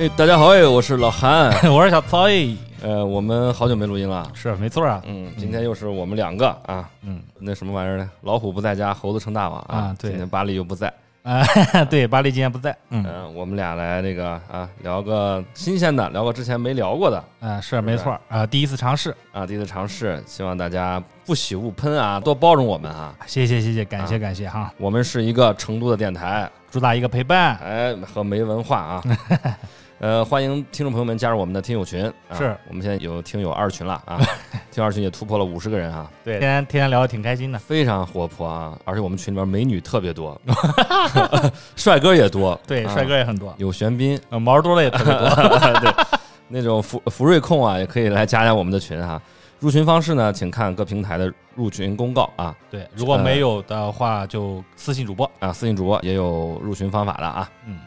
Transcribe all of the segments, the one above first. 哎，大家好，哎，我是老韩。 我是小曹，哎呃，我们好久没录音了，是没错啊，嗯，今天又是我们两个啊，嗯那什么玩意儿呢？老虎不在家，猴子称大王啊对今天巴力又不在，啊， 对，巴黎今天不在，嗯嗯，我们俩来这个啊，聊个新鲜的，聊个之前没聊过的啊，是没错啊，第一次尝试，啊，第一次尝试，希望大家不喜勿喷啊，多包容我们啊。谢谢谢谢，感谢啊感谢哈，我们是一个成都的电台，主打一个陪伴，哎，和没文化 啊。呃，欢迎听众朋友们加入我们的听友群，啊、是我们现在有听友二群了 啊，听友二群也突破了五十个人啊，天天天天聊的挺开心的，非常活泼啊，而且我们群里边美女特别多， 帅哥也多，对，啊帅哥也很多，有玄彬，呃毛多了也特 别多，那种福福瑞控啊，也可以来加加我们的群哈、入群方式呢，请看各平台的入群公告啊对，如果没有的话就私信主播，啊，私信主播也有入群方法的啊。嗯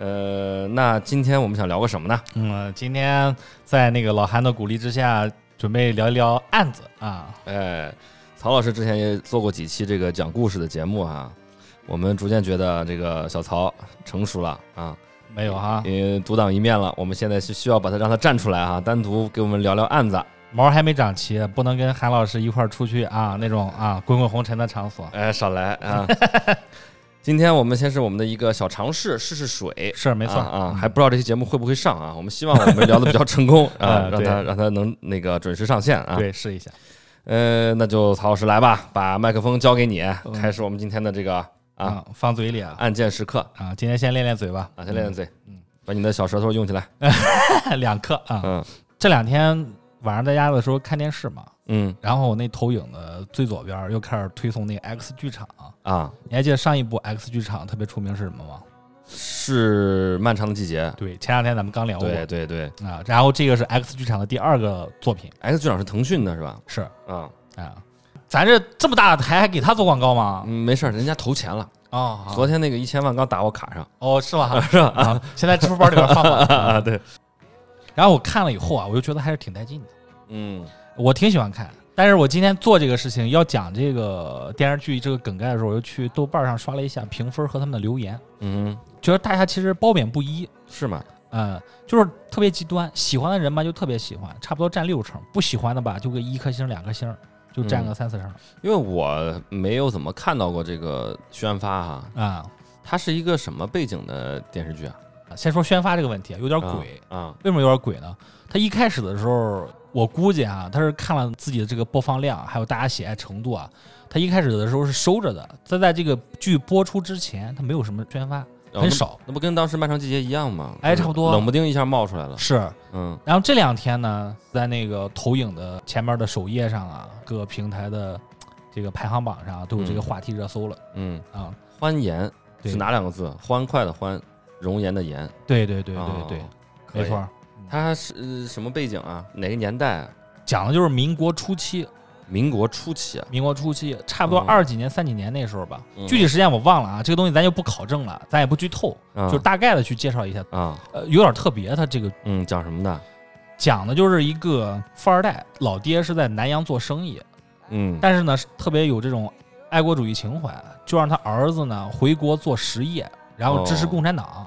呃，那今天我们想聊个什么呢？嗯，今天在那个老韩的鼓励之下，准备聊一聊案子啊，哎，曹老师之前也做过几期这个讲故事的节目啊，我们逐渐觉得这个小曹成熟了啊，没有哈，也独当一面了。我们现在是需要把他让他站出来哈、单独给我们聊聊案子。啊毛还没长齐，不能跟韩老师一块儿出去啊，那种啊滚滚红尘的场所，哎，少来啊！ 今天我们先是我们的一个小尝试，试试水。是没错啊啊，还不知道这期节目会不会上啊？我们希望我们聊的比较成 功啊，啊让对他让他能那个准时上线啊。对，试一下。呃，那就曹老师来吧，把麦克风交给你，嗯开始我们今天的这个啊啊，放嘴里啊案件时刻啊！今天先练练嘴吧，啊，先练练嘴，把你的小舌头用起来。嗯 两颗啊。嗯这两天晚上在家的时候看电视嘛，嗯然后我那投影的最左边又开始推送那个 X 剧场，啊，你还记得上一部 X 剧场特别出名是什么吗？是漫长的季节。对，前两天咱们刚聊过对对对啊。然后这个是 X 剧场的第二个作品， ，X 局长是腾讯的是吧？是啊，啊。咱这这么大的台还给他做广告吗？嗯，没事儿，人家投钱了。哦，好昨天那个一千万刚打我卡 上哦，是吧？是啊，现在支付宝里边放吧。啊，对， 然后我看了以后啊，我就觉得还是挺带劲的。嗯我挺喜欢看，但是我今天做这个事情要讲这个电视剧这个梗概的时候，我又去豆瓣上刷了一下评分和他们的留言，嗯哼，觉得大家其实褒贬不一，是吗？嗯，就是特别极端，喜欢的人吧就特别喜欢，差不多占六成；不喜欢的吧就个一颗星两颗星，就占个三四成因为我没有怎么看到过这个宣发哈、啊、它是一个什么背景的电视剧啊？先说宣发这个问题，有点啊鬼，啊，为什么有点鬼呢？他一开始的时候，我估计啊，他是看了自己的这个播放量，还有大家喜爱程度啊，他一开始的时候是收着的，在在这个剧播出之前，他没有什么宣发。哦很少那，那不跟当时《漫长季节》一样吗？哎差不多冷不丁一下冒出来了。是，嗯然后这两天呢，在那个投影的前面的首页上啊，各个平台的这个排行榜上、啊、都有这个话题热搜了嗯，啊。欢颜对是哪两个字？欢快的欢，容颜的颜。对对对哦对对，，可以没错。儿，它是呃什么背景啊？哪个年代啊？讲的就是民国初期，民国初期啊。民国初期差不多嗯二几年、三几年那时候吧，嗯具体时间我忘了啊，这个东西咱就不考证了，咱也不剧透，啊就大概的去介绍一下。啊，呃，有点特别，它这个嗯，讲什么的？讲的就是一个富二代，老爹是在南阳做生意，嗯但是呢，是特别有这种爱国主义情怀，就让他儿子呢回国做实业，然后支持哦共产党。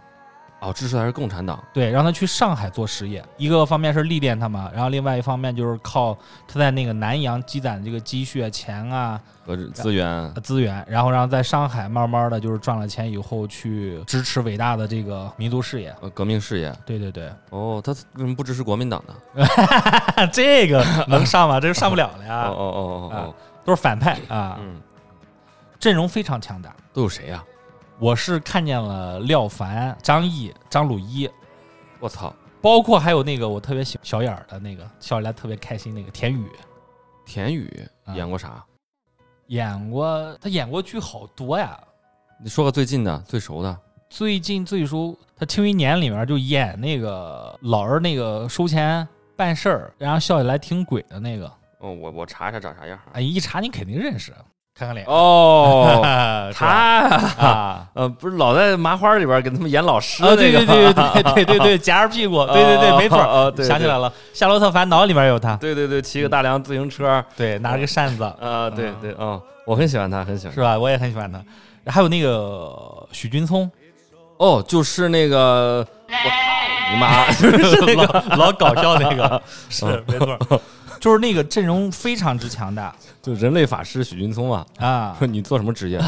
哦，支持还是共产党。对，让他去上海做实业，一个方面是历练他嘛，然后另外一方面就是靠他在那个南洋积攒的这个积蓄啊、钱啊、和资源呃，资源，然后让在上海慢慢的就是赚了钱以后去支持伟大的这个民族事业。呃，革命事业。对对 对，哦，他为什么不支持国民党呢？这 个能上吗？这就上不了哦了呀，哦啊哦哦都是反派哦，啊，嗯，阵容非常强大。都有谁啊呀？我是看见了廖凡、张译、张鲁一，我操，包括还有那个我特别喜欢小眼儿的那个笑起来特别开心那个田雨，田宇啊演过啥？演过他演过剧好多呀。你说个最近的、最熟的。最近最熟，他《庆余年》里面就演那个老儿那个收钱办事儿，然后笑起来挺鬼的那个。哦，我我查一查长啥样啊。哎，一查你肯定认识，看看脸。 哦，啊，是吧他啊，呃不是老在麻花里边给他们演老师啊，那对个对吗对对对对对，夹着屁股，对对对，没错哦哦对对儿，想起来了，《夏洛特烦恼》里面有他， 对对对，骑个大梁自行车对，拿着个扇子，啊，对啊对嗯，我很喜欢他，很喜欢他。是吧？我也很喜欢他。还有那个许 君聪，哦，就是那个，我你妈， 老老搞笑那个，是没错 儿，就是那个阵容非常之强大就人类法师许君聪啊， 啊说你做什么职业？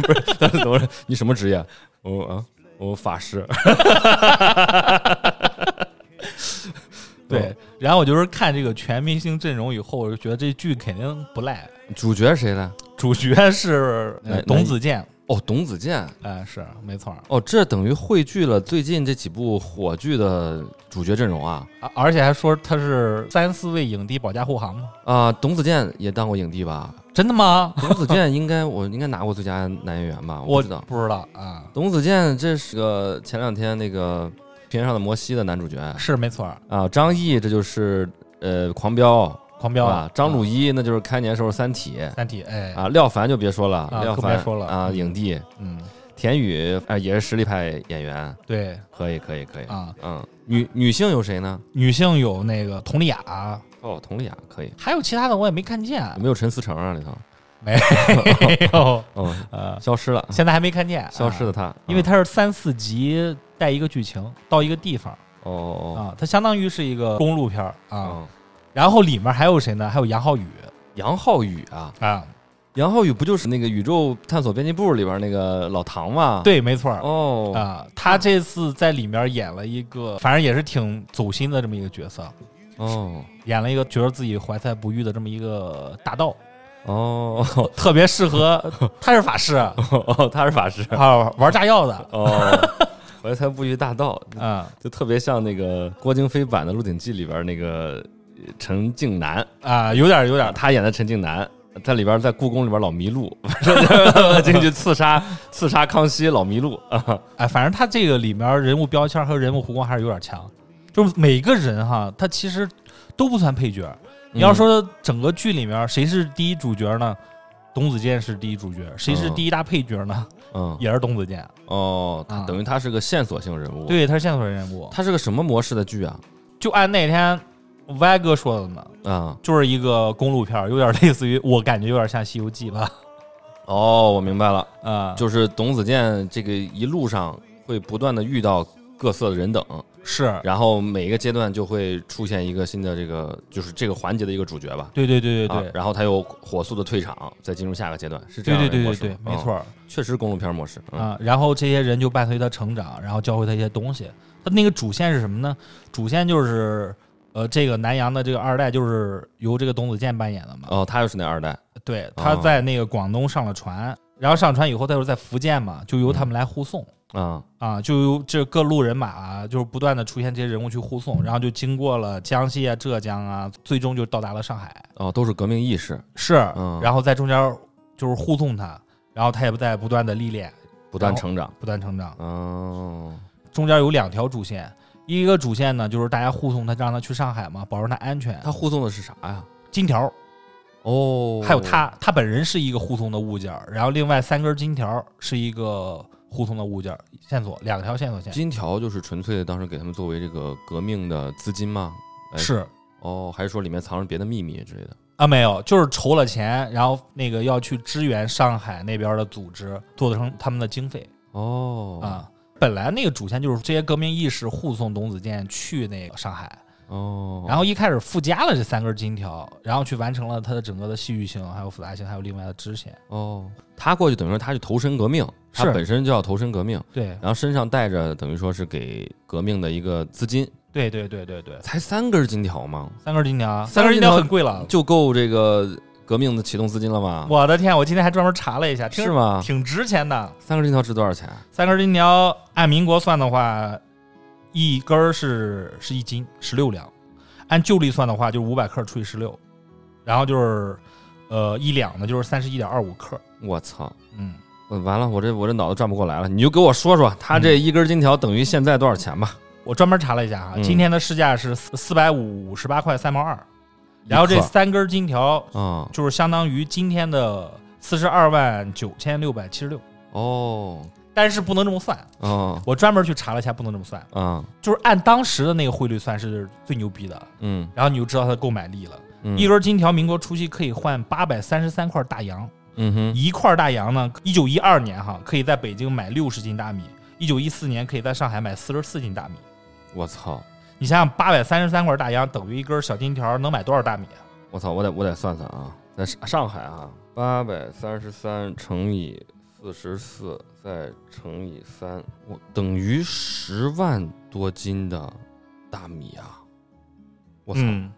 不是，当时怎么说？你什么职业？我啊，我法师。 哦嗯对，然后我就是看这个全明星阵容以后，我就觉得这剧肯定不赖。主角谁呢？主角是呃哪董子健，哦，董子健。哎，是没错儿。哦，这等于汇聚了最近这几部火剧的主角阵容啊！啊而且还说他是三四位影帝保驾护航嘛？啊、董子健也当过影帝吧？真的吗？董子健应该我应该拿过最佳男演员吧？我我不知道。不知道啊，董子健这是个前两天那个《平原上的摩西》的男主角啊、是没错儿，张译这就是呃《狂飙》狂飙啊，张鲁啊一那就是开年时候《三体》三体，哎，啊，廖凡就别说了，啊廖更凡别说了啊，嗯影帝嗯，田雨啊、也是实力派演员，对可以可以可以，啊，嗯，女女性有谁呢？女性有那个佟丽娅，哦，佟丽娅可以，还有其他的我也没看见，有没有陈思诚啊里头？ 没有，嗯，呃，消失了，现在还没看见，消失啊的他，因嗯为它是三四集带一个剧情到一个地方哦哦啊，它相当于是一个公路片儿哦啊。哦，然后里面还有谁呢？还有杨浩宇杨浩宇啊，啊，杨浩宇不就是那个宇宙探索编辑部里边那个老唐吗？，对，没错儿哦，啊，他这次在里面演了一个，反正也是挺走心的这么一个角色，哦演了一个觉得自己怀才不遇的这么一个大盗，哦特别适 合，他是法师啊，哦，他是法师，玩炸药的 哦，怀才不遇大盗，啊就特别像那个郭京飞版的《鹿鼎记》里边那个呃陈近南，啊，有点儿有点啊儿他演的陈近南。在里边，在故宫里边老迷路， 就进去刺杀刺杀康熙，老迷路啊！哎，反正他这个里面人物标签和人物弧光还是有点强，就是每个人哈，他其实都不算配角。嗯你要说整个剧里面谁是第一主角呢？董子健是第一主角，谁是第一大配角呢？嗯，也是董子健。哦，啊等于他是个线索性人物。，对，他是线索人物。他是个什么模式的剧啊？就按那天歪哥说的嘛，啊，就是一个公路片儿，有点类似于，我感觉有点像《西游记》 吧？哦，我明白了，啊、就是董子健这个一路上会不断的遇到各色的人等，是，然后每一个阶段就会出现一个新的这个，就是这个环节的一个主角吧。对对对对对啊，然后他又火速的退场，再进入下个阶段，是这对样的对对模对式对吗，没嗯错儿。确实公路片模式。嗯啊，然后这些人就伴随他成长，然后教会他一些东西。他那个主线是什么呢？主线就是，呃，这个南洋的这个二代就是由这个董子健扮演的嘛。哦，他又是那二代，对，他哦在那个广东上了船，然后上船以后，他又在福建嘛，就由他们来护送。啊，啊，就由这各路人马、啊、就是不断的出现这些人物去护送，然后就经过了江西啊、浙江啊，最终就到达了上海。哦，都是革命意识，是，嗯然后在中间就是护送他，然后他也在不断的历练，不断成长。不断成长。嗯哦，中间有两条主线，一个主线呢就是大家护送他，让他去上海嘛，保证他安全。他护送的是啥呀？金条，哦，还有他，他本人是一个护送的物件儿，然后另外三根金条是一个护送的物件儿线索，两条线索线金条，就是纯粹当时给他们作为这个革命的资金吗？哎是。哦，还是说里面藏着别的秘密之类的？啊，没有，就是筹了钱，然后那个要去支援上海那边的组织，做成他们的经费哦，啊。本来那个主线就是这些革命义士护送董子健去那个上海，哦，然后一开始附加了这三根金条，然后去完成了它的整个的戏剧性、还有复杂性、还有另外的支线。哦，他过去等于说他去投身革命，他是本身就要投身革命，对，然后身上带着等于说是给革命的一个资金，对，对，对，对，对，才三根金条吗？三根金条，三三根根金金条条很贵了。就够这个革命的启动资金了吗？我的天，我今天还专门查了一下，听是吗？挺值钱的。三根金条值多少钱？三根金条按民国算的话，一根儿是是一斤，十六两；按旧历算的话，就是五百克除以十六，然后就是呃一两呢，就是三十一点二五克。我操！嗯，我完了，我这我这脑子转不过来了。你就给我说说，他嗯这一根金条等于现在多少钱吧？我专门查了一下啊，嗯今天的市价是四四百五十八块三毛二，然后一这克三根金条啊、就是相当于今天的四十二万九千六百七十六，哦，但是不能这么算。哦，我专门去查了一下，不能这么算，啊，就是按当时的那个汇率算是最牛逼的，嗯，然后你就知道它的购买力了。嗯一，根金条，民国初期可以换八百三十三块大洋，嗯哼，一块大洋呢，一九一二年哈，可以在北京买六十斤大米，一九一四年可以在上海买四十四斤大米。我操，你想想，八百三十三块大洋等于一根小金条，能买多少大米啊？我操，我得我得算算啊，在上上海啊，八百三十三乘以四十四，再乘以三，我等于十万多斤的大米啊！我操，嗯，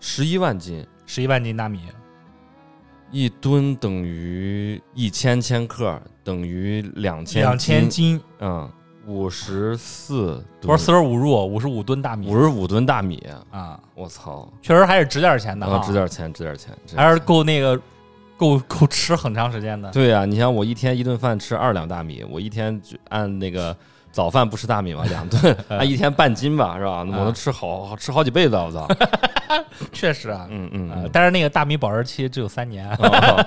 十一、万斤，十一万斤大米，一吨等于一千千克，等于两千两千斤，斤，嗯，五十四不吨是，四舍五入五十五吨大米五十五吨大米，啊，我操！确实还是值点钱的然哈啊后，值点钱，值点钱，值点还是钱够那个够够吃很长时间的。对啊呀、你想我一天一顿饭吃二两大米，我一天只按那个早饭不吃大米 嘛，两顿按一天半斤吧，是吧？那我能吃好吃好几辈子啊，我 操！确实啊，嗯嗯啊嗯但是那个大米保质期只有三年，啊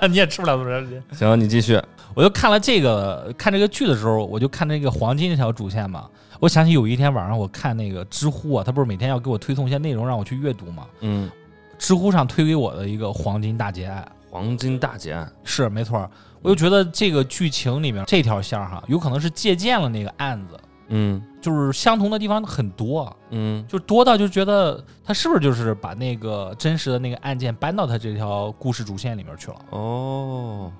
哦 你也吃不了多长时间。行，你继续。我就看了这个看这个剧的时候，我就看这个黄金这条主线嘛，我想起有一天晚上我看那个知乎啊，他不是每天要给我推送一些内容让我去阅读嘛，嗯，知乎上推给我的一个黄金大劫案。黄金大劫案，是没错儿，我就觉得这个剧情里面这条线儿哈，有可能是借鉴了那个案子，嗯就是相同的地方很多，嗯就多到就觉得他是不是就是把那个真实的那个案件搬到他这条故事主线里面去了？哦，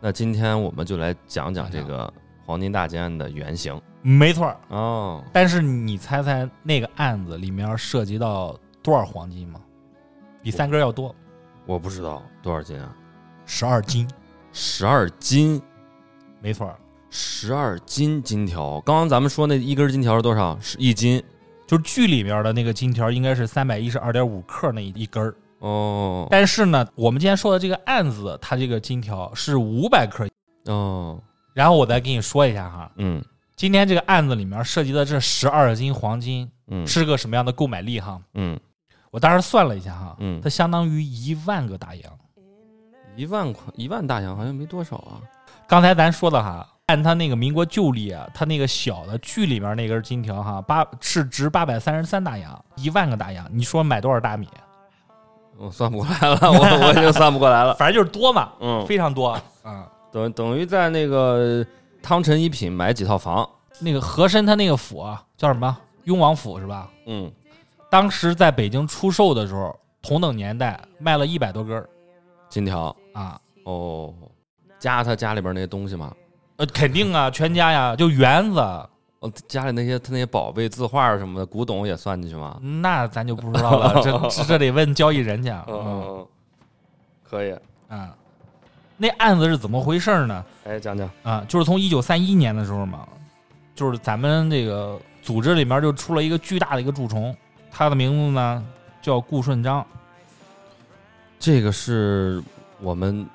那今天我们就来讲讲这个黄金大劫案的原型没错儿，哦，但是你猜猜那个案子里面涉及到多少黄金吗？比三根儿要多，我不知道多少斤啊，十二斤，十二斤，没错儿，十二斤金条。刚刚咱们说那一根金条是多少？是一斤就是剧里面的那个金条应该是三百一十二点五克那一一根儿。哦但是呢，我们今天说的这个案子，它这个金条是五百克。哦，然后我再跟你说一下哈，嗯今天这个案子里面涉及的这十二斤黄金嗯是个什么样的购买力哈？嗯，我当时算了一下哈，嗯它相当于一万个大洋。一万块一万大洋好像没多少啊。刚才咱说的哈，按它那个民国旧历啊，它那个小的剧里面那根金条哈，八是值八百三十三大洋，一万个大洋，你说买多少大米？我算不过来了，我我已经算不过来 了。反正就是多嘛，嗯，非常多哦啊。等等于在那个汤臣一品买几套房。那个和珅他那个府啊，叫什么？雍王府是吧？嗯，当时在北京出售的时候，同等年代卖了一百多根儿金条啊，哦，加他家里边那些东西嘛，呃，肯定 啊，全家呀，就园子，哦，家里那些他那些宝贝、字画什么的，古董也算进去吗？那咱就不知道了，这这这得问交易人去啊。嗯哦，可以。啊，那案子是怎么回事呢？哎，讲讲。啊，就是从一九三一年的时候嘛，就是咱们这个组织里面就出了一个巨大的一个蛀虫，他的名字呢叫顾顺章，这个是我们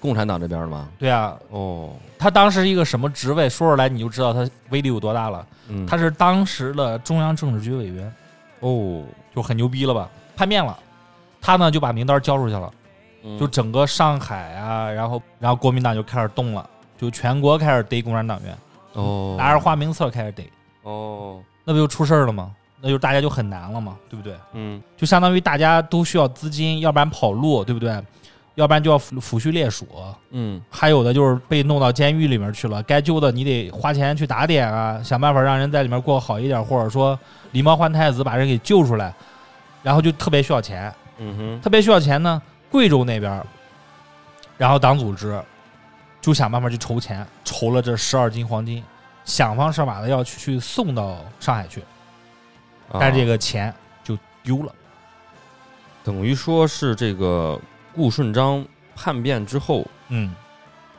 共产党这边的吗？对啊，哦，他当时一个什么职位，说出来你就知道他威力有多大了。嗯，他是当时的中央政治局委员。哦，就很牛逼了吧，叛变了。他呢就把名单交出去了，就嗯整个上海啊，然后然后国民党就开始动了，就全国开始逮共产党员，哦，拿着花名册开始逮，哦，那不就出事儿了吗？那就大家就很难了嘛，对不对？嗯就相当于大家都需要资金，要不然跑路，对不对？要不然就要抚抚恤烈属，嗯还有的就是被弄到监狱里面去了，该救的你得花钱去打点啊，想办法让人在里面过好一点，或者说狸猫换太子把人给救出来，然后就特别需要钱。嗯哼，特别需要钱呢，贵州那边儿，然后党组织就想办法去筹钱，筹了这十二斤黄金，想方设法的要去去送到上海去，但是这个个钱就丢了。等于说是这个顾顺章叛变之后，嗯，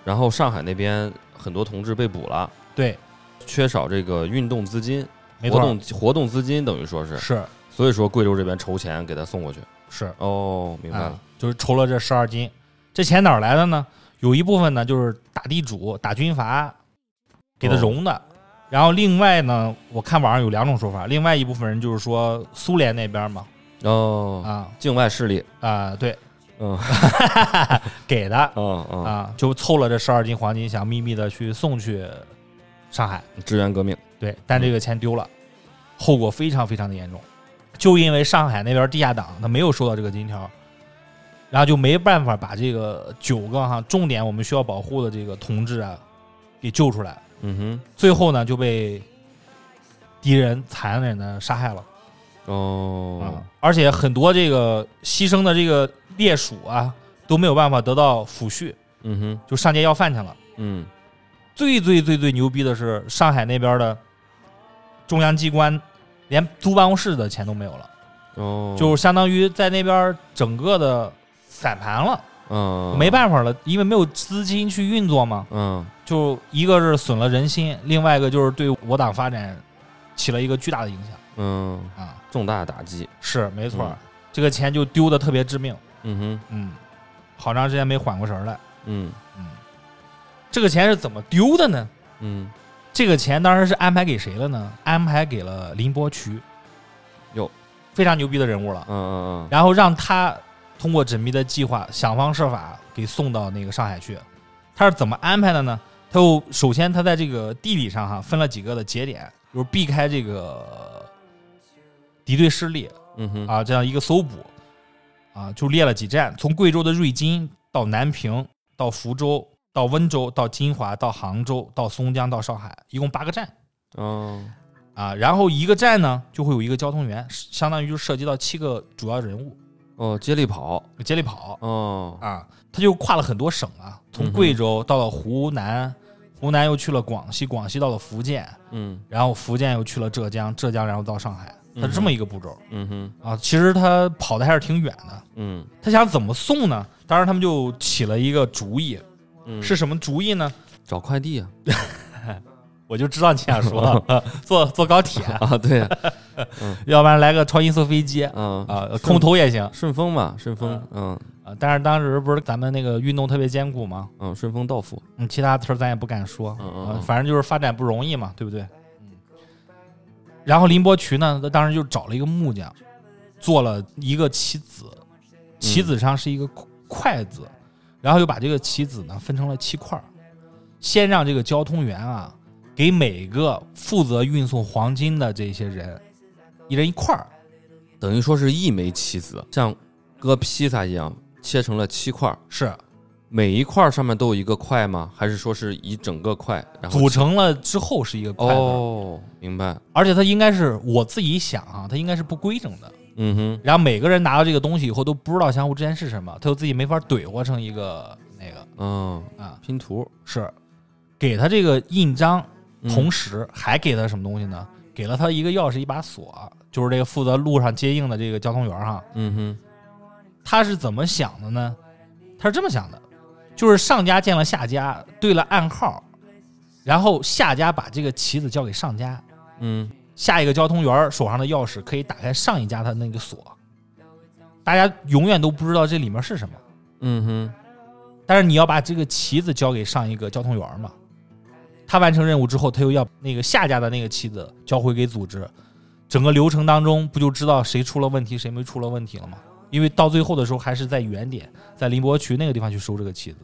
然后上海那边很多同志被捕了，对，缺少这个运动资金、没活错动，活动资金，等于说是，是所以说贵州这边筹钱给他送过去。是，哦，明白啊了，，就是筹了这十二斤，这钱哪儿来的呢？有一部分呢就是打地主、打军阀给他哦融的。然后另外呢，我看网上有两种说法，另外一部分人就是说苏联那边嘛，哦，啊境外势力，啊、对，嗯 给的嗯嗯，啊，就凑了这十二斤黄金，想秘密的去送去上海。支援革命，对，但这个钱丢了，后果非常非常的严重。就因为上海那边地下党他没有收到这个金条，然后就没办法把这个九个哈重点我们需要保护的这个同志啊给救出来，嗯最后呢就被敌人残忍的杀害了哼，啊、哦，而且很多这个牺牲的这个烈属啊都没有办法得到抚恤，嗯哼，就上街要饭去了。嗯最最最最牛逼的是，上海那边的中央机关连租办公室的钱都没有了，哦，就是相当于在那边整个的散盘了，嗯，没办法了，因为没有资金去运作嘛。嗯就一个是损了人心，另外一个就是对我党发展起了一个巨大的影响嗯，啊。重大打击，是没错，嗯这个钱就丢的特别致命，嗯哼，嗯，好长时间没缓过神儿来，嗯嗯，这个钱是怎么丢的呢？嗯，这个钱当时是安排给谁了呢？安排给了林伯渠，哟，非常牛逼的人物了嗯。嗯嗯，然后让他通过缜密的计划，想方设法给送到那个上海去。他是怎么安排的呢？他又首先他在这个地理上哈分了几个的节点，就是避开这个敌对势力嗯哼，啊，这样一个搜捕啊，就列了几站，从贵州的瑞金到南平，到福州，到温州，到金华，到杭州，到松江，到上海，一共八个站。哦，啊，然后一个站呢就会有一个交通员，相当于就涉及到七个主要人物哦，接力跑，接力跑哦，啊，他就跨了很多省嗯啊，从贵州到了湖南，湖南又去了广西，广西到了福建，嗯然后福建又去了浙江，浙江然后到上海，他是这么一个步骤嗯哼，啊。其实他跑的还是挺远的，嗯他想怎么送呢？当时他们就起了一个主意，嗯，是什么主意呢？找快递啊，我就知道你想说坐坐 高铁， 啊，对呀，要不然来个超音速飞机嗯啊，空投也行。顺丰嘛，顺丰，嗯啊，但是当时不是咱们那个运动特别艰苦嘛，嗯，顺丰到付，嗯，其他词儿咱也不敢说，嗯嗯呃嗯反正就是发展不容易嘛，对不对？然后林伯渠呢，他当时就找了一个木匠，做了一个棋子，棋嗯子上是一个筷筷子，然后又把这个棋子呢分成了七块儿，先让这个交通员啊给每个负责运送黄金的这些人，一人一块儿，等于说是一枚棋子，像割披萨一样切成了七块儿，是每一块儿上面都有一个块吗？还是说是一整个块？然后组成了之后是一个筷子。哦，明白，而且它应该是我自己想啊，它应该是不规整的。嗯哼，然后每个人拿到这个东西以后都不知道相互之间是什么，他又自己没法怼和成一个那个嗯，啊，拼图，是给他这个印章，嗯同时还给他什么东西呢？给了他一个钥匙，一把锁，就是这个负责路上接应的这个交通员哈。嗯哼，他是怎么想的呢？他是这么想的，就是上家见了下家，对了暗号，然后下家把这个棋子交给上家，嗯下一个交通员手上的钥匙可以打开上一家他那个锁，大家永远都不知道这里面是什么。嗯哼，但是你要把这个旗子交给上一个交通员嘛，他完成任务之后，他又要那个下家的那个旗子交回给组织，整个流程当中不就知道谁出了问题，谁没出了问题了吗？因为到最后的时候还是在原点，在林伯渠那个地方去收这个旗子，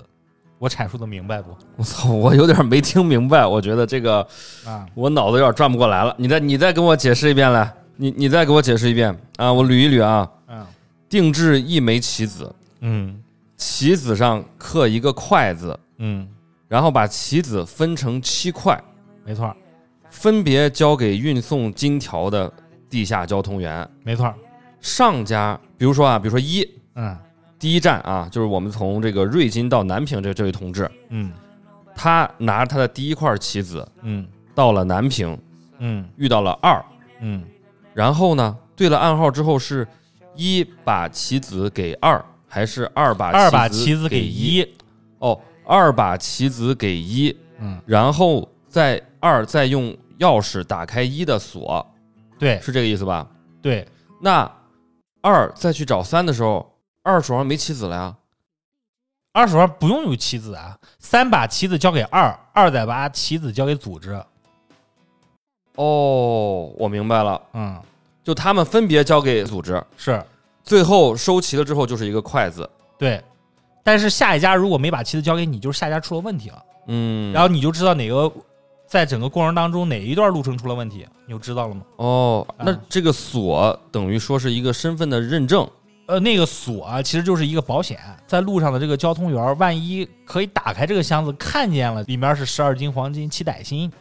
我阐述的明白不？我操， 我有点没听明白，我觉得这个啊，我脑子有点转不过来了，你再你再跟我解释一遍来，你你再给我解释一遍啊，我捋一捋啊，嗯定制一枚棋子，嗯棋子上刻一个筷子，嗯，然后把棋子分成七块，没错儿分别交给运送金条的地下交通员。没错儿，上家，比如说啊，比如说一嗯第一站啊，就是我们从这个瑞金到南平这这位同志，嗯他拿着他的第一块棋子嗯到了南平，嗯遇到了二，嗯然后呢，对了暗号之后是一把棋子给二，还是二把二把棋棋子子给一？一，哦，二把棋子给一，嗯，然后再二再用钥匙打开一的锁，对是这个意思吧？对，那二再去找三的时候，二手上没棋子了呀？二手上不用有棋子啊，三把棋子交给二，二再把棋子交给组织，哦，我明白了，嗯，就他们分别交给组织，是最后收齐了之后就是一个筷子，对，但是下一家如果没把棋子交给你，就是下一家出了问题了，嗯，然后你就知道哪个在整个过程当中哪一段路程出了问题，你就知道了吗？哦，那啊这个锁等于说是一个身份的认证，呃，那个锁啊，其实就是一个保险，在路上的这个交通员儿，万一可以打开这个箱子，看见了里面是十二斤黄金、七歹星，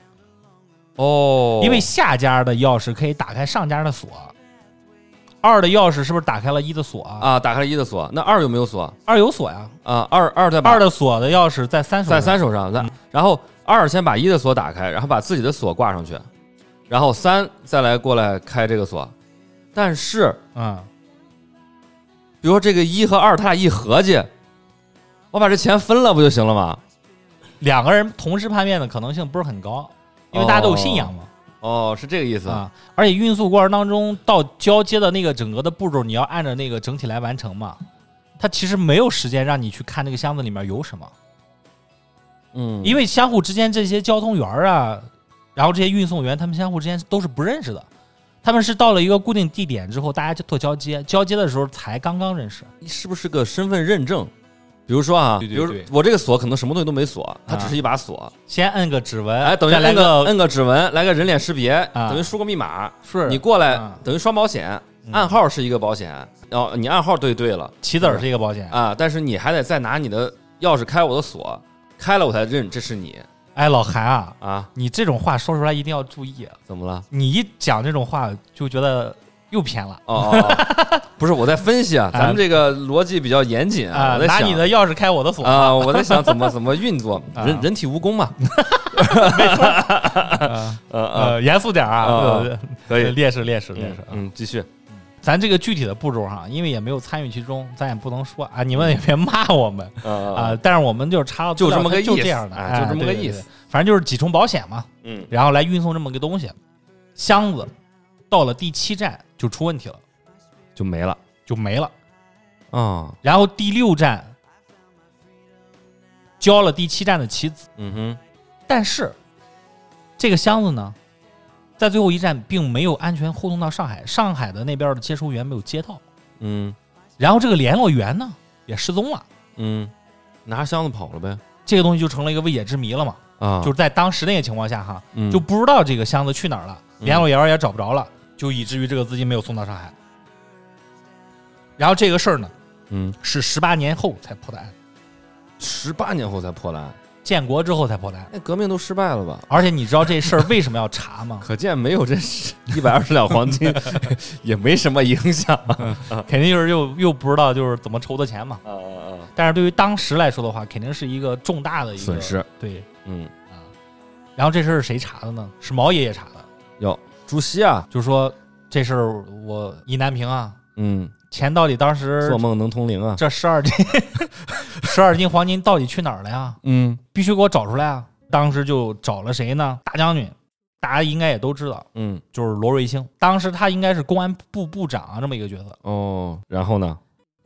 哦，因为下家的钥匙可以打开上家的锁，二的钥匙是不是打开了一的锁啊？啊，打开了一的锁，那二有没有锁二有锁呀，啊？二二嗯在把二的锁的钥匙在三手在上，三手上，那然后二先把一的锁打开，然后把自己的锁挂上去，然后三再来过来开这个锁。但是，嗯，比如说这个一和二，他俩一合计，我把这钱分了不就行了吗？两个人同时叛变的可能性不是很高，因为大家都有信仰嘛。哦，是这个意思。啊，而且运送过程当中到交接的那个整个的步骤，你要按照那个整体来完成嘛。它其实没有时间让你去看那个箱子里面有什么，嗯，因为相互之间这些交通员儿啊，然后这些运送员，他们相互之间都是不认识的，他们是到了一个固定地点之后，大家就做交接，交接的时候才刚刚认识。是不是个身份认证？比如说啊，对对比对如我这个锁可能什么东西都没锁，它啊只是一把锁，先摁个指纹，哎，等于再来摁个个摁个指纹，来个人脸识别，啊等于输个密码，是你过来啊等于双保险，嗯暗号是一个保险，然后你暗号对对了棋子儿是一个保险。啊，但是你还得再拿你的钥匙开我的锁，开了我才认这是你哎，老韩啊，啊，你这种话说出来一定要注意，啊怎么了？你一讲这种话就觉得又偏了。哦哦， 哦不是我在分析啊，咱们这个逻辑比较严谨啊、哎我在拿想你的钥匙开我的锁，啊，我在想怎么怎么运作， 啊嗯人人体蜈蚣嘛，呃，呃呃，呃严肃点儿啊啊，可以，烈士烈士烈嗯士。啊嗯，继续，咱这个具体的步骤哈，因为也没有参与其中，咱也不能说啊，你们也别骂我们啊啊，啊。但是我们就是查到资料就这么个它就意思这样的，哎哎就这么个对对意对思反正就是几重保险嘛，嗯然后来运送这么个东西。箱子到了第七站就出问题了，就没了就没了。啊，然后第六站交了第七站的棋子。嗯哼，但是这个箱子呢，在最后一站并没有安全护送到上海，上海的那边的接收员没有接到，嗯然后这个联络员呢也失踪了，嗯，拿箱子跑了呗这个东西就成了一个未解之谜了嘛。啊，就是在当时那个情况下哈，嗯就不知道这个箱子去哪儿了，嗯联络员也找不着了，就以至于这个资金没有送到上海。然后这个事儿呢，嗯，是十八年后才破的案，十八年后才破烂，建国之后才破的案。那哎革命都失败了吧？而且你知道这事儿为什么要 查吗？可见没有这一百二十两黄金 也没什么影响啊肯定就是又又不知道就是怎么筹的钱嘛。啊啊！但是对于当时来说的话，肯定是一个重大的一个损。失，对嗯，啊，然后这事儿是谁查的呢？是毛爷爷查的，哟，朱熹啊，就说这事儿我意难平啊，嗯，钱到底当时做梦能通灵啊，这十二斤 十二斤黄金到底去哪儿了呀？嗯必须给我找出来啊！当时就找了谁呢？大将军，大家应该也都知道，嗯，就是罗瑞卿。当时他应该是公安部部长啊这么一个角色，哦，然后呢？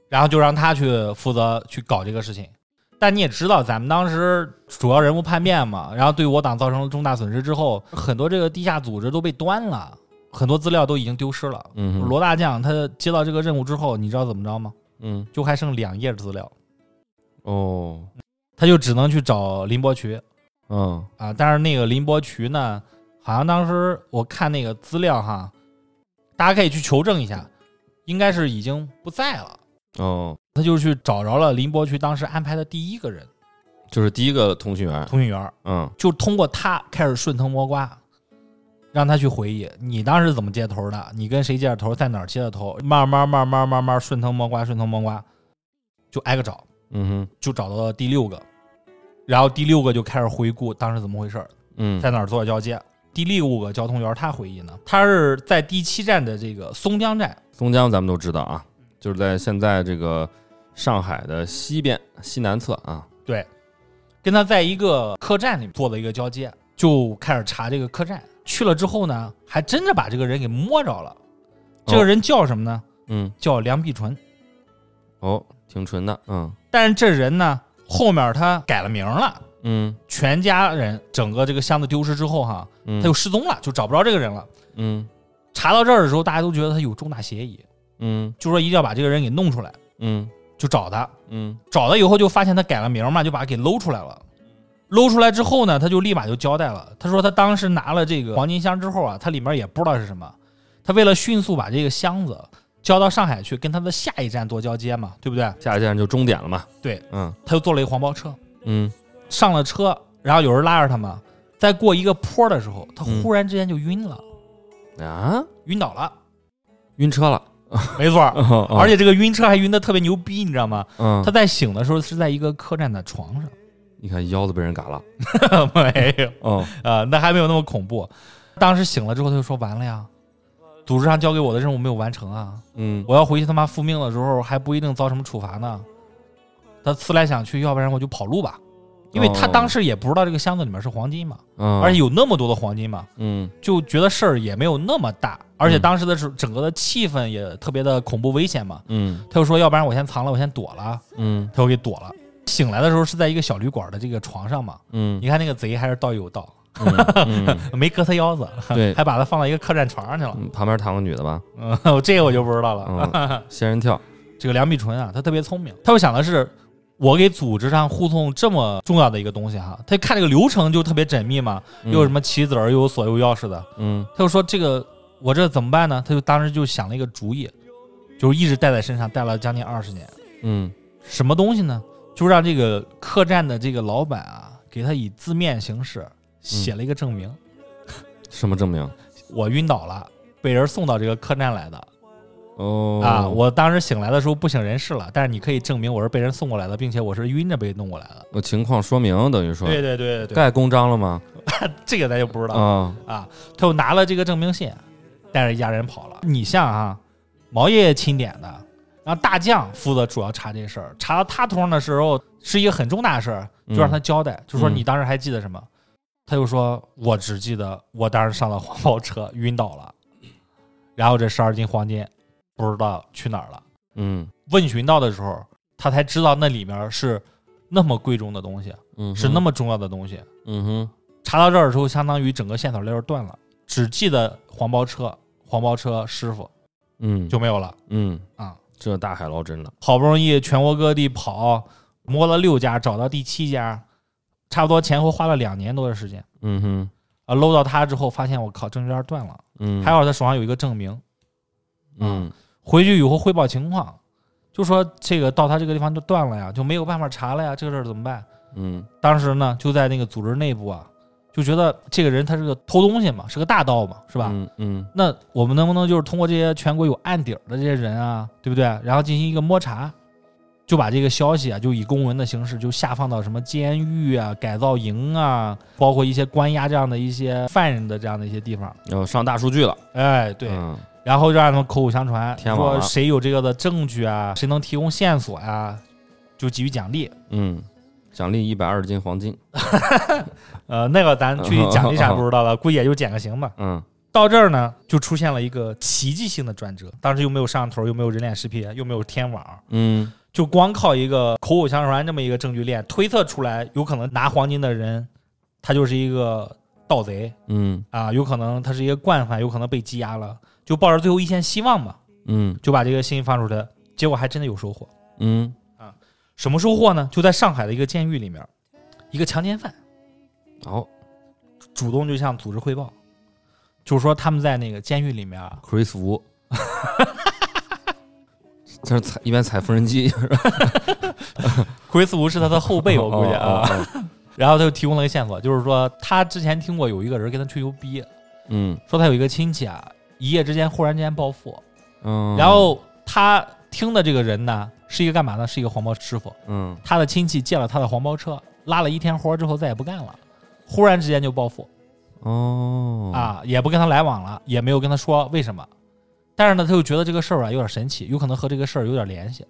然后就让他去负责去搞这个事情。但你也知道，咱们当时主要人物叛变嘛，然后对我党造成了重大损失之后，很多这个地下组织都被端了，很多资料都已经丢失了。嗯哼罗大将他接到这个任务之后，你知道怎么着吗？嗯，就还剩两页资料，哦，他就只能去找林伯渠嗯啊。但是那个林伯渠呢，好像当时我看那个资料哈，大家可以去求证一下，应该是已经不在了。哦，他就去找着了林伯渠当时安排的第一个人。就是第一个通讯员，通讯员儿，嗯就通过他开始顺藤摸瓜，让他去回忆你当时怎么接头的，你跟谁接的头，在哪儿接的头，慢慢慢慢慢慢顺藤摸瓜，顺藤摸瓜，就挨个找，嗯哼，就找到了第六个，然后第六个就开始回顾当时怎么回事儿，嗯在哪儿做的交接。第六个交通员儿他回忆呢，他是在第七站的这个松江站，松江咱们都知道啊，就是在现在这个上海的西边西南侧啊，跟他在一个客栈里做了一个交接，就开始查这个客栈。去了之后呢，还真的把这个人给摸着了。这个人叫什么呢？嗯，叫梁碧纯。哦，挺纯的，嗯但是这人呢，后面他改了名了。嗯全家人整个这个箱子丢失之后，哈，嗯，他又失踪了，就找不着这个人了。嗯查到这儿的时候，大家都觉得他有重大嫌疑，嗯就说一定要把这个人给弄出来。嗯就找他，嗯找到以后就发现他改了名嘛，就把他给搂出来了。搂出来之后呢，他就立马就交代了。他说他当时拿了这个黄金箱之后啊，他里面也不知道是什么。他为了迅速把这个箱子交到上海去，跟他的下一站做交接嘛，对不对？下一站就终点了嘛。对，嗯他又坐了一个黄包车，嗯，上了车，然后有人拉着他嘛。在过一个坡的时候，他嗯忽然之间就晕了，啊，晕倒了。晕车了，没错儿， 而而且这个晕车还晕得特别牛逼，你知道吗？嗯他，在醒的时候是在一个客栈的床上。你看腰子被人嘎 了，没有哦，啊，那还没有那么恐怖。当时醒了之后，他就说：“完了呀，组织上交给我的任务没有完成啊！嗯，我要回去他妈复命的时候，还不一定遭什么处罚呢。”他思来想去，要不然我就跑路吧，因为他当时也不知道这个箱子里面是黄金嘛，哦嗯，而且有那么多的黄金嘛，嗯就觉得事儿也没有那么大，而且嗯当时的整整个的气氛也特别的恐怖危险嘛。嗯他就说：“要不然我先藏了，我先躲了。”嗯他又给躲了。醒来的时候是在一个小旅馆的这个床上嘛，嗯你看那个贼还是道义有道，嗯，嗯没割他腰子，对，还把他放到一个客栈床上去了。嗯旁边躺个女的吧，嗯，这个 我就不知道了。嗯，仙人跳，这个梁碧纯啊，他特别聪明，他会想的是，我给组织上护送这么重要的一个东西哈，他看这个流程就特别缜密嘛，嗯 又有什？么棋子儿，又有锁，又有钥匙的，嗯他就说这个我这怎么办呢？他就当时就想了一个主意，就是一直带在身上，带了将近二十年。嗯什么东西呢？就让这个客栈的这个老板啊，给他以字面形式嗯写了一个证明，什么证明？我晕倒了，被人送到这个客栈来的。哦啊，我当时醒来的时候不省人事了，但是你可以证明我是被人送过来的，并且我是晕着被弄过来的。我情况说明等于说对对对对，盖公章了吗？ 这个咱就不知道、啊，啊。他又拿了这个证明信，带着一家人跑了。你像啊，毛爷爷钦点的，然后大将负责主要查这事儿，查到他头上的时候是一个很重大的事儿，就让他交代，就说嗯你当时还记得什么？他就说我只记得我当时上了黄包车晕倒了，然后这十二斤黄金不知道去哪儿了。嗯问询到的时候，他才知道那里面是那么贵重的东西，嗯，是那么重要的东西。嗯哼查到这儿的时候，相当于整个线索链儿断了，只记得黄包车、黄包车师傅嗯就没有了。嗯啊，这大海捞针了，好不容易全国各地跑，摸了六家，找到第七家，差不多前后花了两年多的时间嗯哼啊。搂到他之后，发现我靠，证据链儿断了，嗯，还好他手上有一个证明。嗯回去以后汇报情况，就说这个到他这个地方就断了呀，就没有办法查了呀，这个事儿怎么办？嗯当时呢，就在那个组织内部啊，就觉得这个人他是个偷东西嘛，是个大盗嘛，是是吧？嗯嗯那我们能不能就是通过这些全国有案底儿的这些人啊，对不对？然后进行一个摸查，就把这个消息啊，就以公文的形式就下放到什么监狱啊、改造营啊，包括一些关押这样的一些犯人的这样的一些地方。要上大数据了，哎，对，嗯然后让他们口口相传，天网啊说了谁有这个的证据啊，谁能提供线索啊，就给予奖励。嗯，奖励一百二十斤黄金，呃，那个咱 具体奖励啥不知道了，估计也就减个刑吧。嗯到这儿呢，就出现了一个奇迹性的转折。当时又没有摄像头，又没有人脸识别，又没有天网，嗯就光靠一个口口相传这么一个证据链推测出来，有可能拿黄金的人，他就是一个盗贼嗯啊，有可能他是一个惯犯，有可能被羁押了，就抱着最后一线希望嘛，嗯就把这个信息发出来。结果还真的有收获，嗯，什么收获呢？就在上海的一个监狱里面，一个强奸犯好主动就向组织汇报，就是说他们在那个监狱里面啊， ，Chris 吴。 这是踩一边踩缝纫机，奎斯吴是他的后辈，我估计啊。哦，哦哦然后他就提供了一个线索，就是说他之前听过有一个人跟他吹牛逼，嗯说他有一个亲戚啊，一夜之间忽然之间暴富，嗯，然后他听的这个人呢，是一个干嘛呢？是一个黄包师傅，嗯他的亲戚借了他的黄包车，拉了一天活之后再也不干了。忽然之间就暴富哦，啊，也不跟他来往了，也没有跟他说为什么。但是呢，他又觉得这个事儿啊有点神奇，有可能和这个事儿有点联系。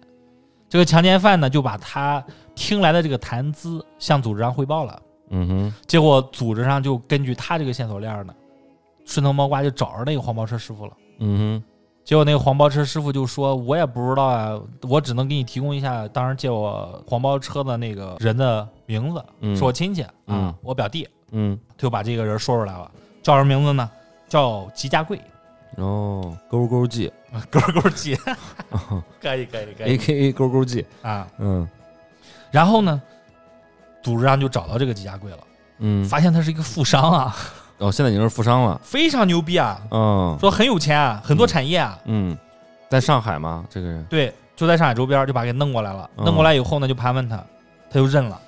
这个强奸犯呢，就把他听来的这个谈资向组织上汇报了。嗯哼，结果组织上就根据他这个线索链儿呢，顺藤摸瓜就找着那个黄包车师傅了。嗯结果那个黄包车师傅就说：“我也不知道啊，我只能给你提供一下当时借我黄包车的那个人的名字，嗯是我亲戚、啊嗯，我表弟。哼，嗯，就把这个人说出来了，叫什么名字呢？叫吉家贵。哦，勾勾记啊勾勾 记，可以可以可，A 以 K A 勾勾记，啊。嗯然后呢，组织上就找到这个吉家贵了，嗯，发现他是一个富商啊，哦，现在已经是富商了，非常牛逼啊，嗯说很有钱啊，很多产业啊，嗯，在上海吗？这个人，对，就在上海周边就把他给弄过来了。嗯弄过来以后呢，就盘问他，他就认了，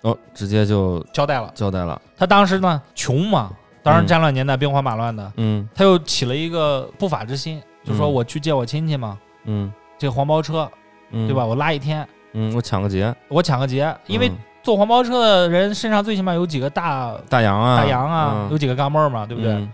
哦，直接就交代了。交代了，他当时呢穷嘛，当嗯时战乱年代兵荒马乱的，嗯他又起了一个不法之心，就说嗯我去借我亲戚嘛，嗯这个黄包车嗯，对吧？？我拉一天，嗯，我抢个劫，我抢个劫，因为嗯坐黄包车的人身上最起码有几个大大洋啊，大洋啊，嗯有几个钢镚儿嘛，对不对？嗯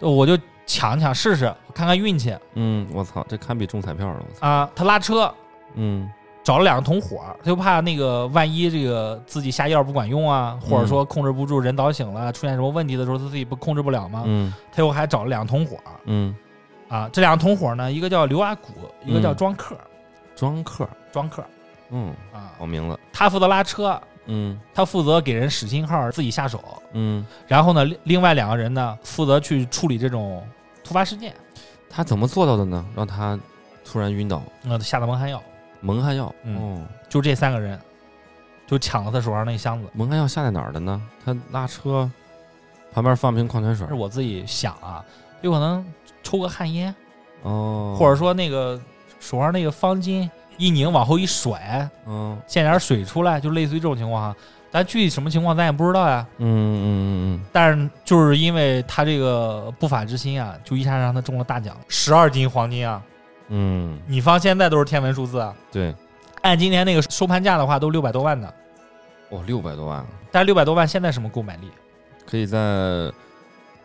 我就抢抢试试，看看运气嗯，我操，这堪比中彩票了，我操，啊。他拉车嗯找了两个同伙儿，他就怕那个万一这个自己下药不管用啊，或嗯者说控制不住人早醒了，出现什么问题的时候他自己不控制不了吗？嗯他又还找了两个同伙儿嗯，啊，这两个同伙儿呢，一个叫刘阿古，一个叫嗯庄克儿，庄客，庄克儿嗯，啊，好名字，他负责拉车，嗯他负责给人使信号，自己下手。嗯，然后呢，另另外两个人呢，负责去处理这种突发事件，他怎么做到的呢？让他突然晕倒，呃，下的蒙汗药。蒙汗药，嗯哦，就这三个人，就抢了他手上那箱子。蒙汗药下在哪儿的呢？他拉车旁边放瓶矿泉水但是，我自己想啊，有可能抽个旱烟，哦，或者说那个手上那个方巾一拧往后一甩，嗯溅点水出来，就类似于这种情况哈。咱具体什么情况咱也不知道呀，嗯嗯嗯但是就是因为他这个不法之心啊，就一下让他中了大奖，十二斤黄金啊！嗯嗯，你放现在都是天文数字啊，对，按今年那个收盘价的话，都六百多万呢。哦，六百多万啊，但是六百多万现在什么购买力？可以在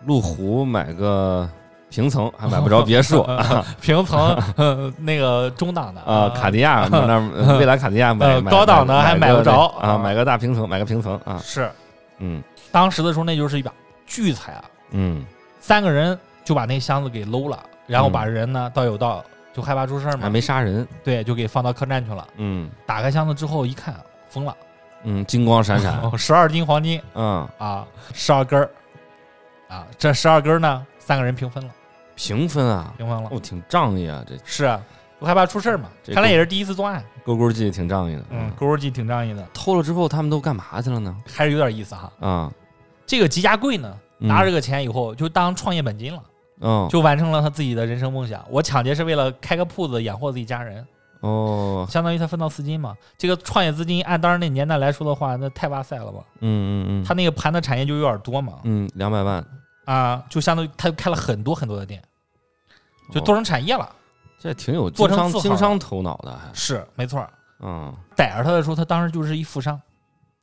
路虎买个平层，还买不着别墅。呃 平层呃那个中档的啊，卡地亚那儿未来卡地亚买 呃买高档的买还买个不着啊，买个大平层，买个平层啊，是嗯当时的时候，那就是一把巨财啊！嗯，三个人就把那箱子给搂了，然后把人呢倒有道就害怕出事儿嗯还嘛，没杀人，对，就给放到客栈去了。嗯打开箱子之后一看，疯了，嗯，金光闪闪， 十二斤黄金 嗯，啊，十二根儿啊，这十二根儿呢，三个人平分了，平分啊，平分了。哦，挺仗义啊，这是啊，我害怕出事儿嘛，这看来个也是第一次作案。勾勾记挺仗义的，嗯，，勾勾记挺仗义的，偷了之后他们都干嘛去了呢？还是有点意思哈。啊，这个吉家贵呢，嗯拿着这个钱以后就当创业本金了。哦就完成了他自己的人生梦想。我抢劫是为了开个铺子养活自己家人，哦，相当于他分到四金嘛。这个创业资金按当时那年代来说的话，那太哇塞了吧？嗯嗯嗯，他那个盘的产业就有点多嘛，嗯两百万，啊，就相当于他开了很多很多的店，就哦做成产业了。这挺有做经商成字号经了商头脑的，还是没错儿，嗯逮着他的时候，他当时就是一富商。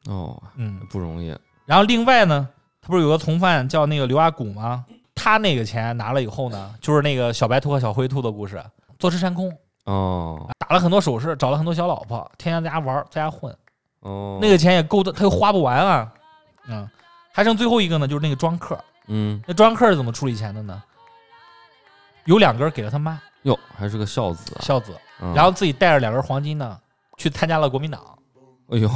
哦，嗯，不容易，然后另外呢，他不是有个从犯叫那个刘阿古吗？他那个钱拿了以后呢，就是那个小白兔和小灰兔的故事，坐吃山空，哦打了很多首饰，找了很多小老婆，天天在家玩儿，在家混。哦，那个钱也够的，他又花不完啊。嗯，还剩最后一个呢，就是那个庄客。嗯那庄客是怎么处理钱的呢？有两根给了他妈哟，还是个孝子啊，孝子，嗯然后自己带着两根黄金呢，去参加了国 民党。哎呦，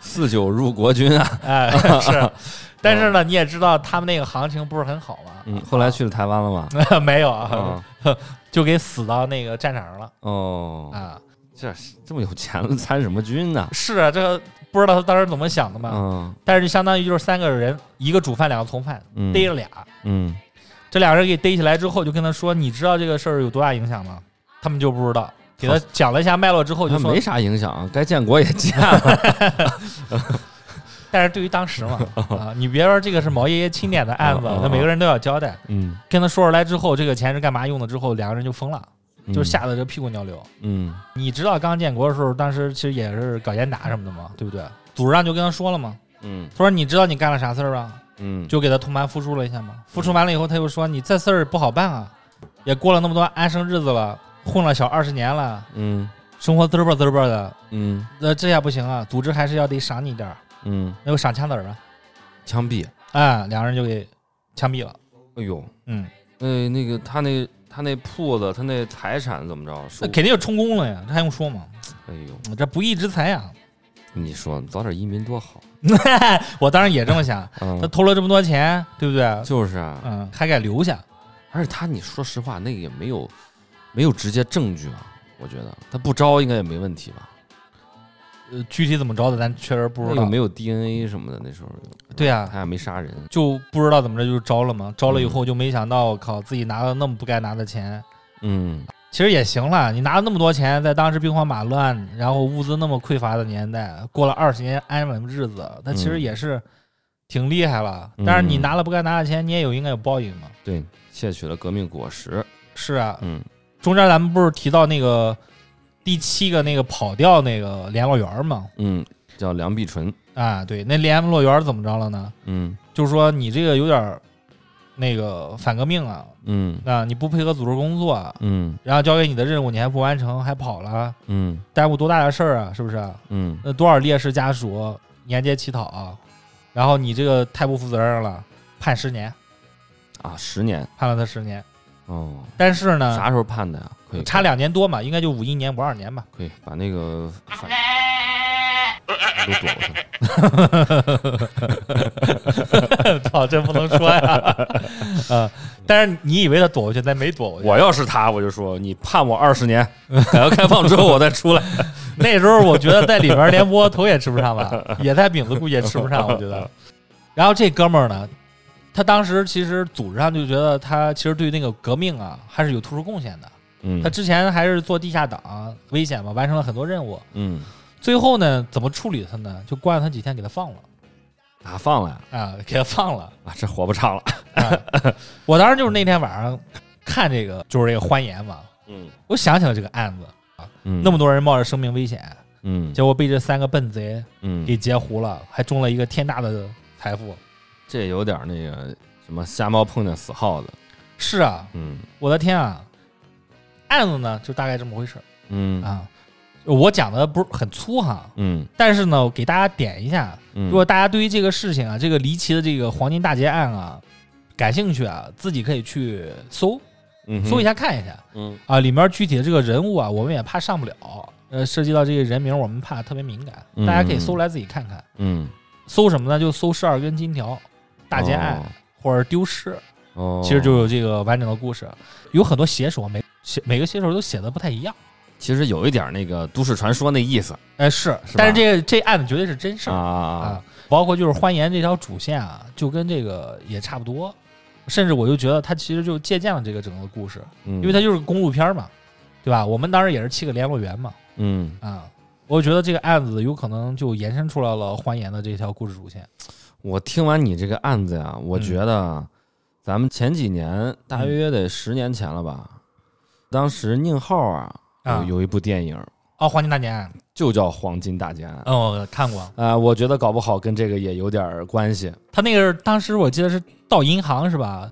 四九入国军啊！哎，是， 但是呢，你也知道他们那个行情不是很好嘛。嗯，后来去了台湾了吗？啊 没有啊， 啊，就给死到那个战场上了哦，啊。这是这么有钱了，参什么军呢？是啊，这个不知道他当时怎么想的嘛。嗯但是就相当于就是三个人，一个主犯，两个从犯，嗯，逮了俩。嗯这俩人给逮起来之后，就跟他说：“你知道这个事儿有多大影响吗？”他们就不知道，给他讲了一下脉络之后，就那说没啥影响啊，该建国也建了。：“但是对于当时嘛， 啊，你别说这个是毛爷爷钦点的案子嗯嗯，嗯那每个人都要交代。 嗯，跟他说出来之后，这个钱是干嘛用的？之后两个人就疯了，嗯就吓得这屁滚尿流。嗯你知道刚建国的时候，当时其实也是搞严打什么的嘛，对不对？组织上就跟他说了嘛，嗯他说：“你知道你干了啥事儿吧？”嗯，就给他通盘复述了一下嘛。复述完了以后，他又说：“你这事儿不好办啊，也过了那么多安生日子了，混了小二十年了。”嗯生活滋儿吧滋儿吧的，嗯那这下不行啊，组织还是要得赏你点儿，嗯，那就赏枪子儿啊，枪毙。哎，两人就给枪毙了。哎呦，嗯，那哎那个他那他那铺子，他那财产怎么着？那说肯定就充公了呀，这还用说吗？哎呦，这不义之财呀！ 你说早点移民多好我当然也这么想，啊他！偷了这么多钱，对不对？就是啊，嗯，还敢留下，而且他，你说实话，那个也没有没有直接证据啊，我觉得他不招应该也没问题吧？呃，具体怎么着的，咱确实不知那道个。没有嗯 DNA 什么的，那时候有对啊他也没杀人，就不知道怎么着就招了嘛，招了以后就没想到，靠，自己拿了那么不该拿的钱，嗯，其实也行了。你拿了那么多钱，在当时兵荒马乱，然后物资那么匮乏的年代，过了二十年安稳日子，那其实嗯也是挺厉害了。嗯但是你拿了不该拿的钱，你也有应该有报应嘛。对，窃取了革命果实，是啊，嗯中间咱们不是提到那个第七个那个跑调那个联络员吗？嗯，叫梁碧纯，啊，对，那联络员怎么着了呢？嗯就是说你这个有点儿那个反革命啊，嗯啊，你不配合组织工作，啊嗯然后交给你的任务你还不完成，还跑了，嗯耽误多大的事儿啊，是不是？嗯那多少烈士家属沿街乞讨、啊然后你这个太不负责任了，判十年，啊，十年判了他十年。哦，但是呢，啥时候判的呀？可以嗯差两年多嘛，应该就五一年、五二年吧。可以把那个反都躲过去了， 操，这不能说 呀！啊、但是你以为他躲过去，但没躲过去。我要是他，我就说你判我二十年， 改革开放之后我再出来。那时候我觉得在里边连窝头也吃不上吧，野菜饼子估计也吃不上，我 觉得。然后这哥们儿呢，他当时其实组织上就觉得他其实对那个革命啊还是有突出贡献的。嗯他之前还是做地下党，危险嘛，完成了很多任务。嗯，最后呢，怎么处理他呢？就关了他几天，给他放了啊，放了呀啊，给他放了。啊，这活不长了。 啊、我当时就是那天晚上看这个，就是这个欢颜嘛，嗯我想起了这个案子，嗯那么多人冒着生命危险，嗯结果被这三个笨贼嗯，给截胡了，还中了一个天大的财富。这有点那个什么瞎猫碰见死耗子。是啊，嗯我的天啊！案子呢，就大概这么回事儿嗯啊。我讲的不是很粗哈，嗯但是呢，我给大家点一下，嗯，如果大家对于这个事情啊，这个离奇的这个黄金大劫案啊，感兴趣啊，自己可以去搜搜一下，下看一下嗯啊，里面具体的这个人物啊，我们也怕上不了，呃，涉及到这个人名，我们怕特别敏感，嗯大家可以搜来自己看看。嗯，搜什么呢？就搜十二根金条、大劫案、或者丢失，哦哦，哦，其实就有这个完整的故事。有很多写手，每写每个写手都写的不太一样。其实有一点那个都市传说那意思哎，是，是吧但是这个这案子绝对是真事啊儿啊，包括就是欢颜这条主线啊，就跟这个也差不多，甚至我就觉得它其实就借鉴了这个整个故事，因因为它就是公路片儿嘛，对吧？我们当时也是七个联络员嘛，嗯，啊，我觉得这个案子有可能就延伸出来了欢颜的这条故事主线。我听完你这个案子呀，我嗯觉得啊咱们前几年大约得十年前了吧，当时宁浩啊啊有有啊一部电影哦，黄金大劫案，就叫《黄金大劫案》。嗯，我看过，啊，我觉得搞不好跟这个也有点儿关系。他那个是当时我记得是到银行是吧？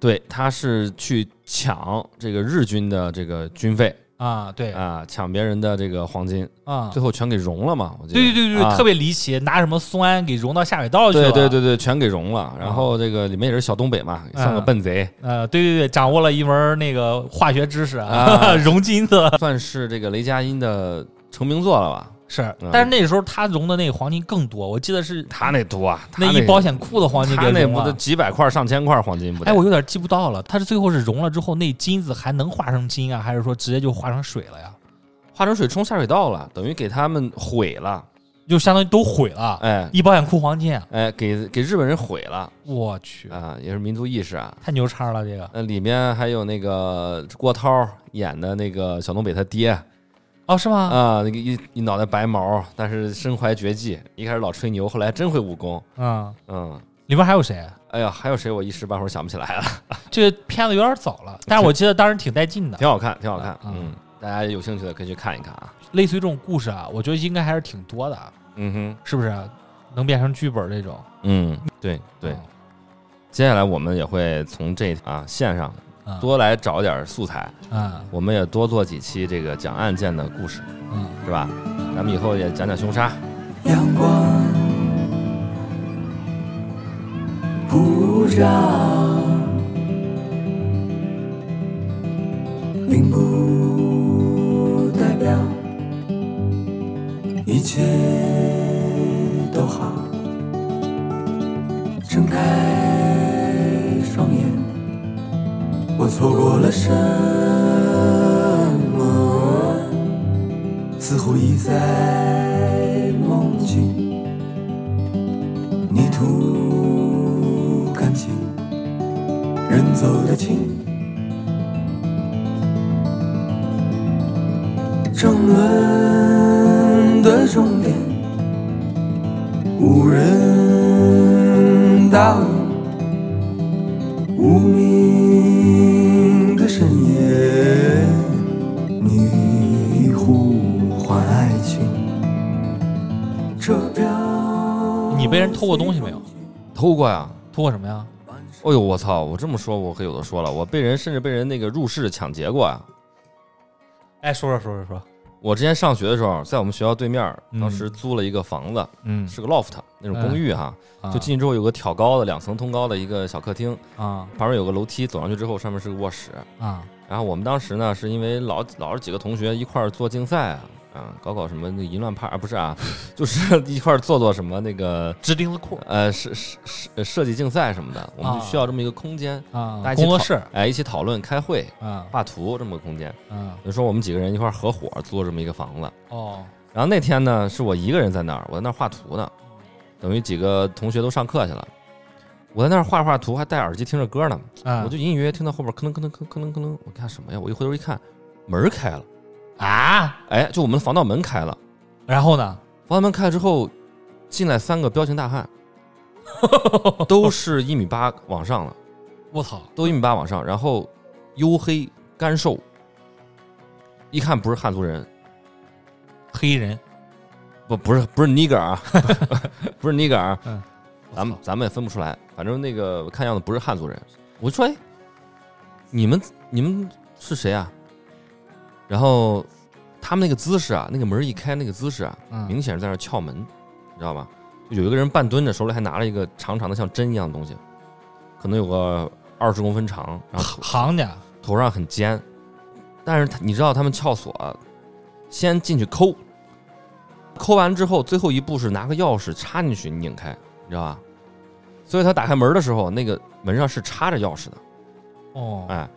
对，他是去抢这个日军的这个军费啊，对，啊，啊，抢别人的这个黄金，最后全给融了嘛。我记得，对对对对，啊特别啊离奇，拿什么酸给融到下水道去了，对对对对，全给融了。然后这个里面也是小东北嘛，嗯算个笨贼，呃，对对对，掌握了一门那个化学知识 啊熔金子算是这个雷佳音的成名作了 吧？是，但是那时候他融的那个黄金更多，我记得是他那多啊，他那一保险库的黄金他给那融不都了。几百块儿上千块儿黄金不得？哎，我有点记不到了，他是最后是融了之后，那金子还能化成金啊，还是说直接就化成水了呀？化成水冲下水道了，等于给他们毁了。就相当于都毁了，哎一保险库黄金啊，哎，给给日本人毁了我去，啊，也是民族意识啊。太牛叉了这个！呃那里面还有那个郭涛演的那个小东北他爹啊，哦，是吗？那个一一脑袋白毛，但是身怀绝技，一开始老吹牛，后来真会武功。嗯，嗯，里面还有谁？啊哎呀，还有谁我一时半会儿想不起来 了，这个片子有点早了，但是我记得当时挺带劲的。挺好看，挺好看啊。嗯，大家有兴趣的可以去看一看啊。类似于这种故事啊，我觉得应该还是挺多的啊，嗯是不是？能变成剧本这种？哼，嗯，对对。嗯接下来我们也会从这啊线上啊多来找点素材，啊我们也多做几期这个讲案件的故事，嗯，是吧？咱们以后也讲讲凶杀。阳光普照，并不代表一切都好。睁开双眼，错过了什么，似乎已在梦境，泥土干净，人走得轻。争论的终点，无人答应，无名的深夜，你呼唤爱情。这飘，你被人偷过东西没有？偷过呀。偷过什么呀？哦呦，我操！我这么说，我可有的说了。我被人甚至被人那个入室抢劫过呀。哎，说说说说说，我之前上学的时候，在我们学校对面，嗯当时租了一个房子，嗯，是个 loft 那种公寓哈。啊就进去之后有个挑高的两层通高的一个小客厅，啊旁边有个楼梯，走上去之后上面是个卧室。啊然后我们当时呢，是因为老老是几个同学一块儿做竞赛啊，啊，搞搞什么那个淫乱派啊，不是啊， 就是一块儿做做什么那个织钉子裤呃设设设设计竞赛什么的，我们就需要这么一个空间，啊大家一起工作讨室哎，一起讨论、开会、啊画图这么个空间。啊就说我们几个人一块儿合伙租这么一个房子。哦然后那天呢，是我一个人在那儿，我在那儿画图呢，等于几个同学都上课去了，我在那儿画着画图，还戴耳机听着歌呢。啊我就隐隐约约听到后边咯噔咯噔咯噔咯噔，我看什么呀？我一回头一看，门儿开了，啊，哎，就我们的防盗门开了。然后呢？防盗门开了之后，进来三个彪形大汉，都是一米八往上的，我操，都一米八往上，然后黝黑干瘦，一看不是汉族人，黑人不不是不是尼格尔啊， 不是尼格尔，嗯咱们咱们也分不出来，反正那个看样子不是汉族人。我就说，哎，你们你们是谁啊？然后他们那个姿势啊，那个门一开那个姿势啊，嗯明显是在那儿撬门，你知道吧？就有一个人半蹲着，手里还拿了一个长长的像针一样的东西，可能有个二十公分长，然 后行家头上很尖，但是他你知道他们撬锁，先进去抠，抠完之后最后一步是拿个钥匙插进去拧开，你知道吧？所以他打开门的时候，那个门上是插着钥匙的，哦，哎，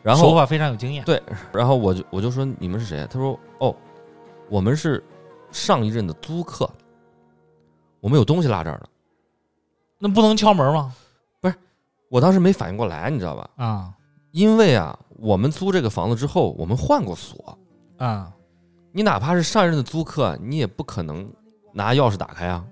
然手后法非常有经验对然后我就我就说你们是谁？他说哦，我们是上一任的租客，我们有东西落这儿了。那不能敲门吗？我当时没反应过来，你知道吧？啊因为啊，我们租这个房子之后，我们换过锁，啊你哪怕是上任的租客，你也不可能拿钥匙打开啊，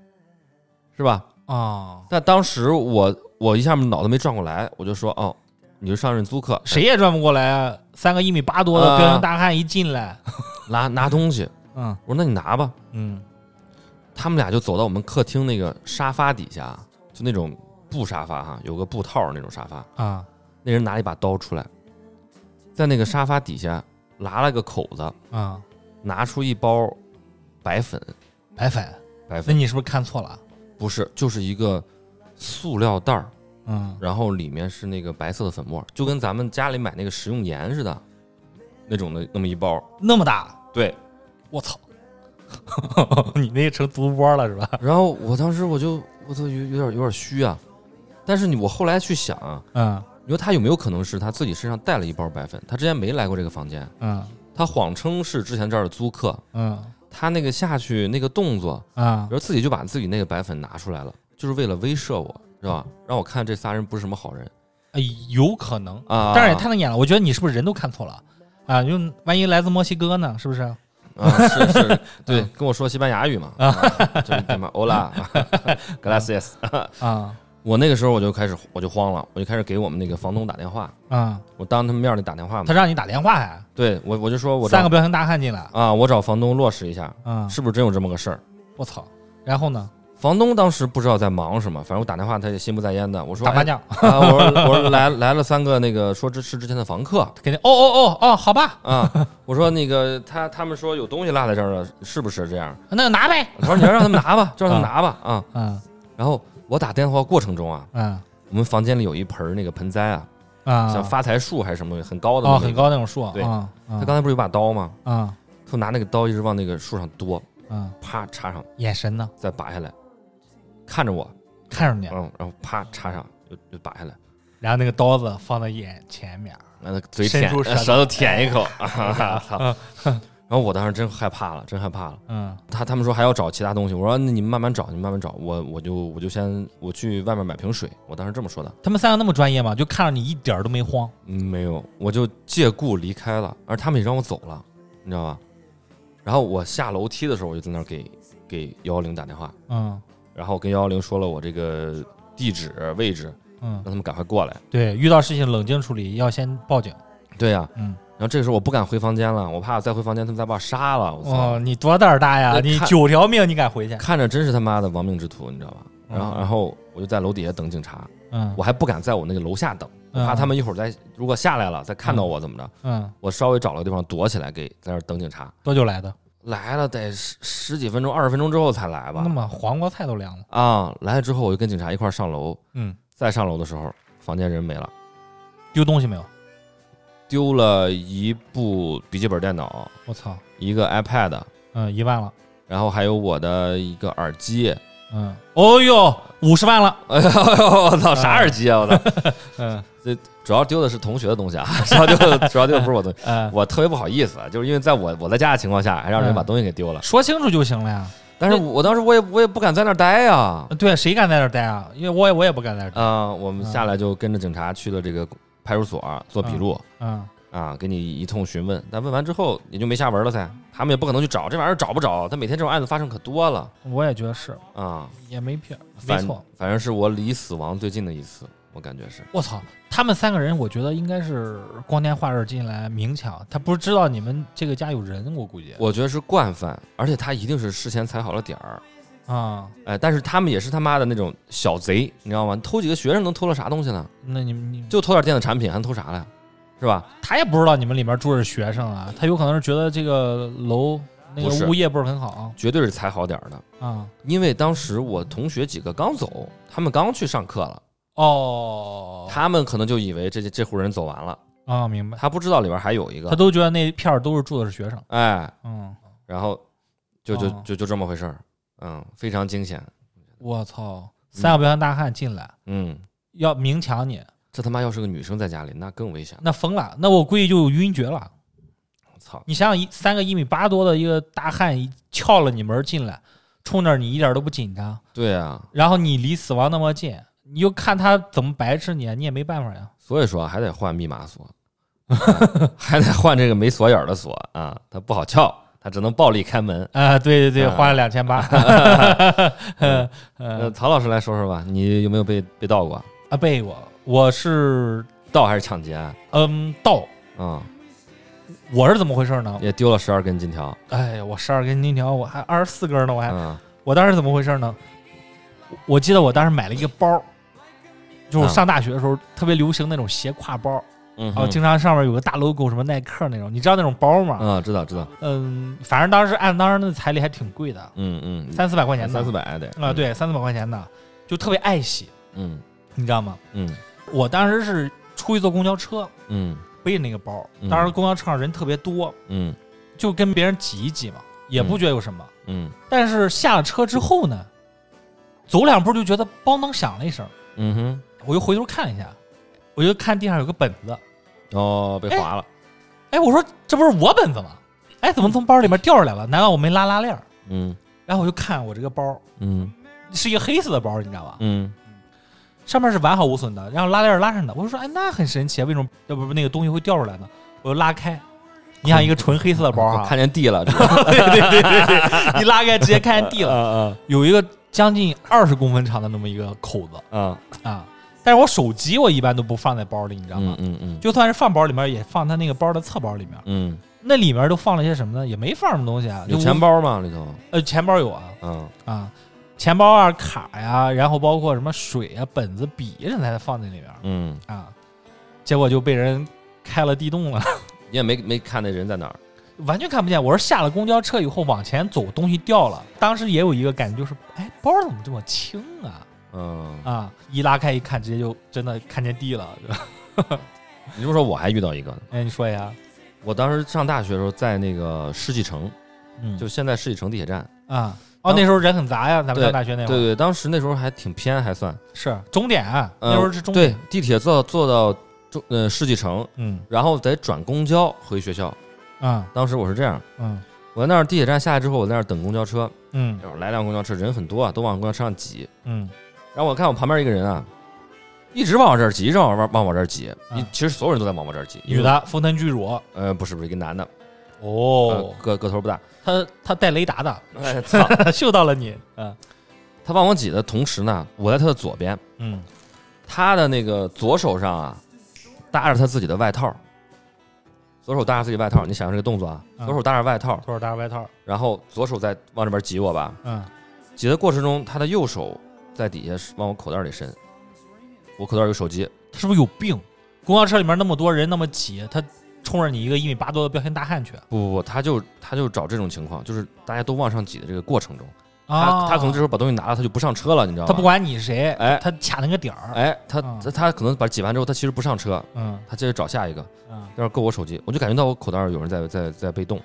是吧？啊！但当时我我一下脑子没转过来，我就说哦，你是上任租客，谁也转不过来啊！三个一米八多的彪形大汉一进来，拿拿东西？啊嗯我说那你拿吧。嗯他们俩就走到我们客厅那个沙发底下，就那种布沙发哈，有个布套儿那种沙发。啊那人拿一把刀出来，在那个沙发底下拉了个口子，啊，拿出一包白粉，白粉，白那粉你是不是看错了？啊不是，就是一个塑料袋儿。嗯然后里面是那个白色的粉末，就跟咱们家里买那个食用盐似的，那种的那么一包。那么大，对，我操！ 你那成毒窝了是吧？ 然后我当时我就我操，有有点有点虚啊。但是你我后来去想啊，嗯你说他有没有可能是他自己身上带了一包白粉？他之前没来过这个房间，嗯他谎称是之前这儿的租客。嗯他那个下去那个动作，啊然后自己就把自己那个白粉拿出来了，就是为了威慑我，是吧？让我看这仨人不是什么好人哎，有可能，啊。但是也太能演了。我觉得你是不是人都看错了啊？因为万一来自墨西哥呢，是不是？啊，是是， 对，啊跟我说西班牙语嘛，啊，就是他妈 hola，gracias。啊我那个时候我就开始我就慌了，我就开始给我们那个房东打电话，啊，我当着他们面儿里打电话嘛他，让你打电话呀，对我我就说我找三个彪形大汉进来，啊，我找房东落实一下，啊，是不是真有这么个事儿？我操！然后呢，房东当时不知道在忙什么，反正我打电话他也心不在焉的，我说打麻哎将，啊，我说我说来来了三个那个说这是之前的房客肯定哦哦哦哦，好吧，啊，我说那个他他们说有东西落在这儿了，是不是这样？那就拿呗。他说你要让他们拿吧，就让他们拿吧啊。嗯然后我打电话过程中啊，嗯我们房间里有一盆儿那个盆栽啊，啊，像发财树还是什么东西，很高的哦那个很。高那种树，对啊他啊刚才不是有把刀吗？啊他拿那个刀一直往那个树上剁，啊，啪插上，眼神呢，再拔下来，看着我，看着你，啊嗯，然后啪插上，又又拔下来，然后那个刀子放在眼前面，啊那他嘴伸舔 出舌头舌头舔 一口， 啊操！然后我当时真害怕了，真害怕了。嗯他他们说还要找其他东西，我说啊那你们慢慢找，你们慢慢找，我我就我就先我去外面买瓶水，我当时这么说的。他们三个那么专业吗？就看着你一点儿都没慌。嗯，没有，我就借故离开了，而他们也让我走了，你知道吧？然后我下楼梯的时候，我就在那儿给给幺幺零打电话，嗯然后跟幺幺零说了我这个地址位置，嗯让，他们赶快过来。对，遇到事情冷静处理，要先报警。对呀、嗯，然后这个时候我不敢回房间了，我怕再回房间他们再把我杀了。我操！哦，你多胆儿大呀！那你看九条命，你敢回去？看着真是他妈的亡命之徒，你知道吧？然后，嗯然后我就在楼底下等警察，嗯，我还不敢在我那个楼下等，我怕他们一会儿再如果下来了再看到我怎么着，嗯。嗯，我稍微找了个地方躲起来，给在那儿等警察。多久来的？来了得十十几分钟、二十分钟之后才来吧那？么黄瓜菜都凉了。啊，来了之后我就跟警察一块儿上楼，嗯，再上楼的时候，房间人没了，丢东西没有？丢了一部笔记本电脑、我操！一个 iPad，嗯，一万了。然后还有我的一个耳机。 嗯，哦呦，五十万了。哎呦，我操，啥耳机啊！我操，嗯主要丢的是同学的东西啊， 主要丢的主要丢的不是我的东西，呃，我特别不好意思，啊就是因为在我我在家的情况下，还让嗯人把东西给丢了。说清楚就行了呀。但是我当时我也我也不敢在那儿待呀、啊，呃对，谁敢在这儿待啊？因为我也我也不敢在这儿待。我们下来就跟着警察去了这个派出所做笔录。嗯嗯啊，给你一通询问，但问完之后也就没下文了噻。他们也不可能去找这玩意儿，找不着。他每天这种案子发生可多了我也觉得是，啊。也没撇儿，没反错。反正是我离死亡最近的一次，我感觉是。我操，他们三个人，我觉得应该是光天化日进来明抢，他不是知道你们这个家有人，我估计。我觉得是惯犯，而且他一定是事先踩好了点儿。啊、哎，但是他们也是他妈的那种小贼，你知道吗？偷几个学生能偷了啥东西呢？那你们你就偷点电子产品，还能偷啥了？是吧？他也不知道你们里面住着学生啊，他有可能是觉得这个楼那不是个物业不是很好绝对是踩好点儿的。啊。因为当时我同学几个刚走，他们刚去上课了，哦，他们可能就以为这这户人走完了，啊，明白，他不知道里边还有一他个。都觉得那片儿都是住的是学生。哎，嗯，然后就就哦就就这么回事儿，嗯，非常惊险，我操，三个彪形大汉进来嗯，要明抢你，这他妈要是个女生在家里，那更危险，那疯了，那我估计就晕厥了。我操，你想想一，三个一米八多的一个大汉一撬了你门进来，冲着你一点都不紧张，对啊，然后你离死亡那么近，你就看他怎么白吃你啊，你也没办法呀。所以说还得换密码锁，哎还得换这个没锁眼儿的锁啊，它不好撬，它只能暴力开门。 啊，对对对，嗯花了两千八。呃， 呃曹老师来说说吧，你有没有被被盗过？啊，被我我是盗还是抢劫？啊、嗯盗，嗯，我是怎么回事呢？也丢了十二根金条。哎呀，我十二根金条，我还二十四根呢，我还嗯我当时怎么回事呢？我我记得我当时买了一个包，就是我上大学的时候、特别流行那种斜挎包，嗯然后哼，哦经常上面有个大 logo，什么耐克那种，你知道那种包吗？嗯，知道知道，嗯，反正当时按当时那彩礼还挺贵的，嗯嗯，三四百块钱的，三四百得啊，，对，三四百块钱的，就特别爱惜，嗯你知道吗？嗯我当时是出去坐公交车，嗯背着那个包嗯，当时公交车上人特别多，嗯就跟别人挤一挤嘛，也不觉得有什么。嗯但是下了车之后呢，走两步就觉得梆当响了一声，嗯哼，我又回头看了一下，我就看地上有个本子，哦，被划了，哎，我说这不是我本子吗？哎，怎么从包里面掉出来了？难道我没拉拉链儿？嗯然后我就看我这个包嗯是一个黑色的包，你知道吧？嗯上面是完好无损的，然后拉链儿拉上的。我就说，哎，那很神奇啊，为什么要不那个东西会掉出来呢？我就拉开，你想一个纯黑色的包我哈，看见地了，对对对对 对，一拉开直接看见地了，啊有一个将近二十公分长的那么一个口子啊啊，啊。但是我手机我一般都不放在包里，你知道嗯吗？嗯嗯，就算是放包里面，也放他那个包的侧包里面。嗯，那里面都放了些什么呢？也没放什么东西啊，有就钱包吗里头？呃钱包有啊嗯啊，钱包啊卡呀、然后包括什么水啊、本子、笔什么的放在里面嗯，啊，结果就被人开了地洞了， 你也没没看那人在哪儿？完全看不见。我是下了公交车以后往前走，东西掉了。当时也有一个感觉就是，哎，包怎么这么轻啊？嗯，啊，一拉开一看，直接就真的看见地了。 你这么说我还遇到一个呢，哎，你说呀？我当时上大学的时候在那个世纪城，嗯就现在世纪城地铁站，啊，哦，那时候人很杂呀，咱们对上大学那对会儿对，当时那时候还挺偏还算，是终点啊，呃那时候是终点对，地铁坐坐到中呃世纪城，嗯然后得转公交回学校。啊当时我是这样，嗯我在那儿地铁站下来之后，我在那儿等公交车，嗯一会儿来辆公交车，人很多啊，都往公交车上挤。嗯然后我看我旁边一个人啊，一直往我这儿挤，一直往往往我这儿挤。一啊其实所有人都在往我这儿挤。女？的丰臣巨乳呃，不是不是，一个男的，呃哦，个个头不大。他他带雷达的， 哎操！嗅到了你，嗯 他往我挤的同时呢，我在他的左边，嗯他的那个左手上啊，搭着他自己的外套，左手搭着自己外套，你想象这个动作啊，嗯左手搭着外套，托尔大外套，然后左手在往这边挤我吧，嗯挤的过程中，他的右手在底下往我口袋里伸，我口袋有手机，他是不是有病？公交车里面那么多人那么挤，他冲着你一个一米八多的彪形大汉去不不不，他就他就找这种情况，就是大家都往上挤的这个过程中，啊他他可能这时候把东西拿了，他就不上车了，你知道吗？他不，管你是谁，哎他卡那个点儿，哎，他嗯他他可能把挤完之后，他其实不上车，嗯他接着找下一个，嗯要是够我手机，我就感觉到我口袋儿有人在在在被动，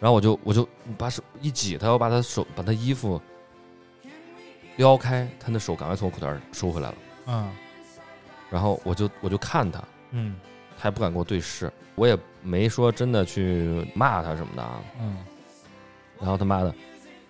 然后我就我就把手一挤，他要把他手把他衣服撩开，他的手赶快从我口袋儿收回来了，嗯然后我就我就看他，嗯他也不敢跟我对视，我也没说真的去骂他什么的啊，嗯，然后他妈的，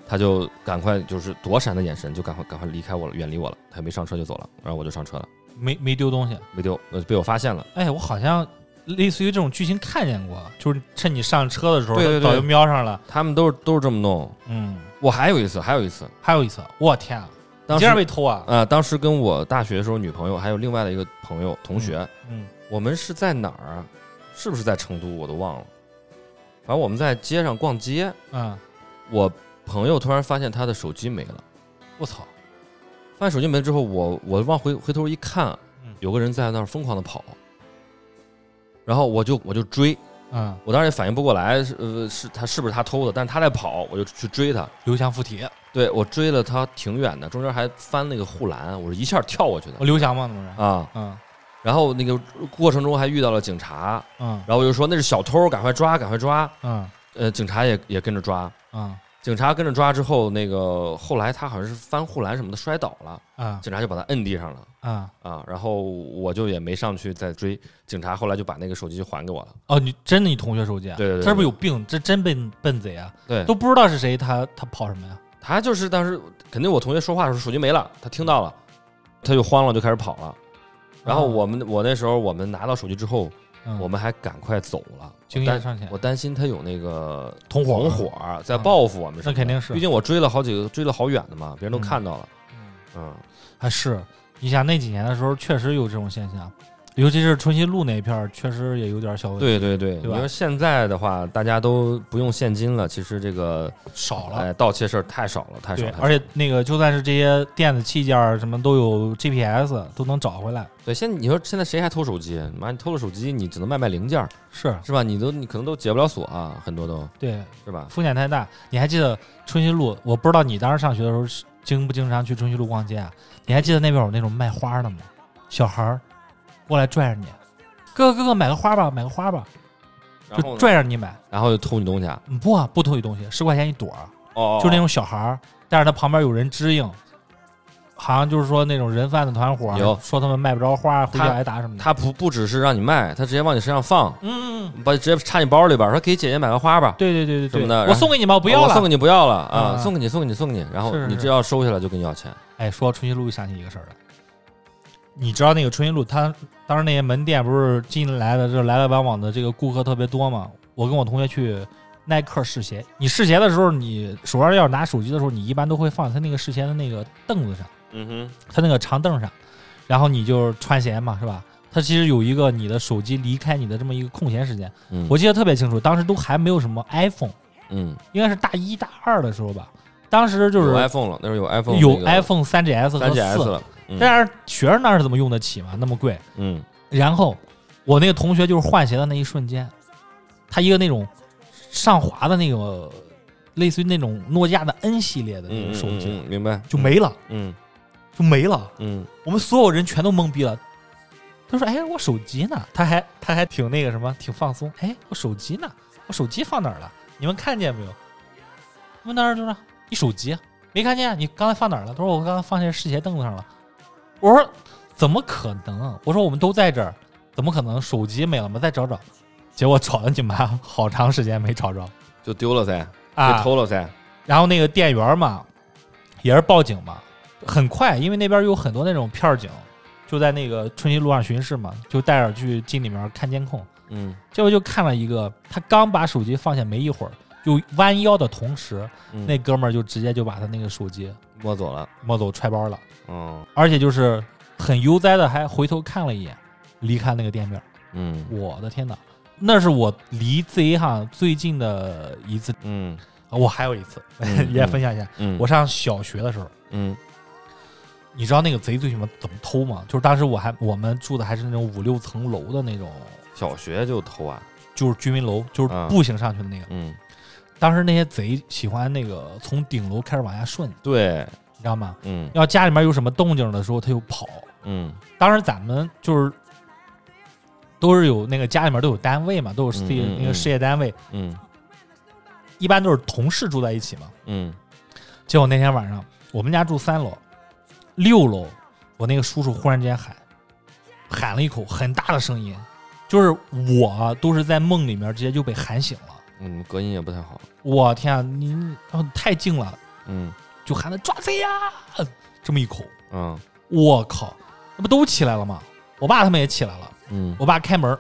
他就赶快就是躲闪的眼神，就赶快赶快离开我了，远离我了，他也没上车就走了，然后我就上车了，没没丢东西。没丢，呃被我发现了，哎，我好像类似于这种剧情看见过，就是趁你上车的时候，对对对他早就瞄上了。他们都是都是这么弄，嗯，我还有一次，还有一次，还有一次，我天啊，当你时竟然被偷啊！呃，当时跟我大学的时候女朋友还有另外的一个朋友同学，嗯我们是在哪儿啊？是不是在成都？我都忘了。反正我们在街上逛街，嗯，我朋友突然发现他的手机没了。我操，发现手机没了之后，我我往回回头一看嗯，有个人在那儿疯狂的跑，然后我就我就追，嗯，我当时也反应不过来，是呃，是他是不是他偷的？但是他在跑，我就去追他。刘翔附体，对我追了他挺远的，中间还翻那个护栏，我是一下跳过去的我哦刘翔吗？那不是？啊。嗯然后那个过程中还遇到了警察，嗯然后我就说那是小偷，赶快抓，赶快抓。嗯呃，警察也也跟着抓，嗯警察跟着抓之后，那个后来他好像是翻护栏什么的摔倒了，嗯警察就把他摁地上了嗯，啊。然后我就也没上去再追，警察后来就把那个手机就还给我了。哦，你真的你同学手机啊？对对对对他是不是有病？这真笨笨贼啊！对，都不知道是谁，他他跑什么呀？他就是当时肯定我同学说话的时候手机没了，他听到了，他就慌了，就开始跑了。然后我们我那时候我们拿到手机之后，啊嗯我们还赶快走了，经但验上前我，担心他有那个同伙啊嗯同伙儿在报复我们什么的，那肯定是毕竟我追了好几个，追了好远的嘛，别人都看到了。嗯嗯，还是你想那几年的时候，确实有这种现象，尤其是春熙路那一片儿，确实也有点小问题，对对对，对你吧说现在的话，大家都不用现金了，其实这个少了。哎盗窃事儿太少了，太少对了。，太少而且了那个就算是这些电子器件儿什么都有 GPS，都能找回来。对现在你说现在谁还偷手机？妈，你偷了手机，你只能卖卖零件儿是是吧？你都你可能都解不了锁啊，很多都对，是吧？风险太大。你还记得春熙路？我不知道你当时上学的时候是经不经常去春熙路逛街啊？你还记得那边有那种卖花的吗？小孩儿过来拽着你，哥哥哥哥买个花吧，买个花吧，然后就呢，拽着你买。然后就偷你东西啊？嗯不啊，不偷你东西，十块钱一朵儿。哦就是那种小孩儿，但是他旁边有人支应，好像就是说那种人贩子团伙儿，有说他们卖不着花，回家他挨打什么的。他不不只是让你卖，他直接往你身上放，嗯，嗯嗯把直接插你包里边儿，说给姐姐买个花吧。对对对什对么的然对，后我送给你吧，我不要我了。送给你不要了啊，嗯送给你，送给你，送给你。然后是是你是只要收下来就跟你要钱。哎，说到春熙路，想起一个事儿来，你知道那个春熙路，他当时那些门店不是进来的，就是来来往往的这个顾客特别多嘛。我跟我同学去耐克试鞋，你试鞋的时候，你手上要拿手机的时候，你一般都会放在他那个试鞋的那个凳子上。嗯哼，它那个长凳上，然后你就穿鞋嘛，是吧？它其实有一个你的手机离开你的这么一个空闲时间，嗯，我记得特别清楚，当时都还没有什么 iPhone，嗯，应该是大一大二的时候吧。当时就有是 iPhone 了，那时候有 iPhone，有 iPhone 三 GS 三和 GS 四，了。嗯但是学生那是怎么用得起嘛？那么贵。嗯，然后我那个同学就是换鞋的那一瞬间，他一个那种上滑的那个，类似于那种诺基亚的 N 系列的那嗯个嗯手机嗯嗯明白？就没了，嗯就没了。嗯我们所有人全都懵逼了。他说：“哎，我手机呢？”他还他还挺那个什么，挺放松。哎，我手机呢？我手机放哪儿了？你们看见没有？他们当时就说：“你手机啊没看见啊？你刚才放哪儿了？”他说：“我啊刚才放在试鞋凳子上了。”我说：“怎么可能？”我说：“我们都在这儿。”怎么可能手机没了嘛？再找找，结果找了你妈好长时间没找着就丢了噻，被啊。偷了噻。然后那个店员嘛，也是报警嘛，很快，因为那边有很多那种片儿警，就在那个春熙路上巡视嘛，就带着去进里面看监控。嗯结果就看了一个，他刚把手机放下没一会儿，就弯腰的同时，嗯，那哥们儿就直接就把他那个手机摸走了。摸走揣包了，嗯而且就是很悠哉的还回头看了一眼，离开那个店面。嗯我的天哪，那是我离 Z 哈最近的一次，嗯啊我还有一次嗯 也分享一下。嗯，我上小学的时候，嗯你知道那个贼最喜欢怎么偷吗？就是当时我还我们住的还是那种五六层楼的那种，小学就偷啊。就是居民楼，就是啊步行上去的那个。嗯，当时那些贼喜欢那个从顶楼开始往下顺，对，你知道吗？嗯要家里面有什么动静的时候，他就跑。嗯当时咱们就是都是有那个家里面都有单位嘛，都有自己嗯嗯那个事业单位，嗯一般都是同事住在一起嘛。嗯结果那天晚上，我们家住三楼，六楼，我那个叔叔忽然之间喊，喊了一口很大的声音，就是我啊都是在梦里面直接就被喊醒了。嗯，隔音也不太好。我天啊，你哦太近了，嗯就喊他抓贼呀、这么一口，嗯我靠，那不都起来了吗？我爸他们也起来了，嗯我爸开门，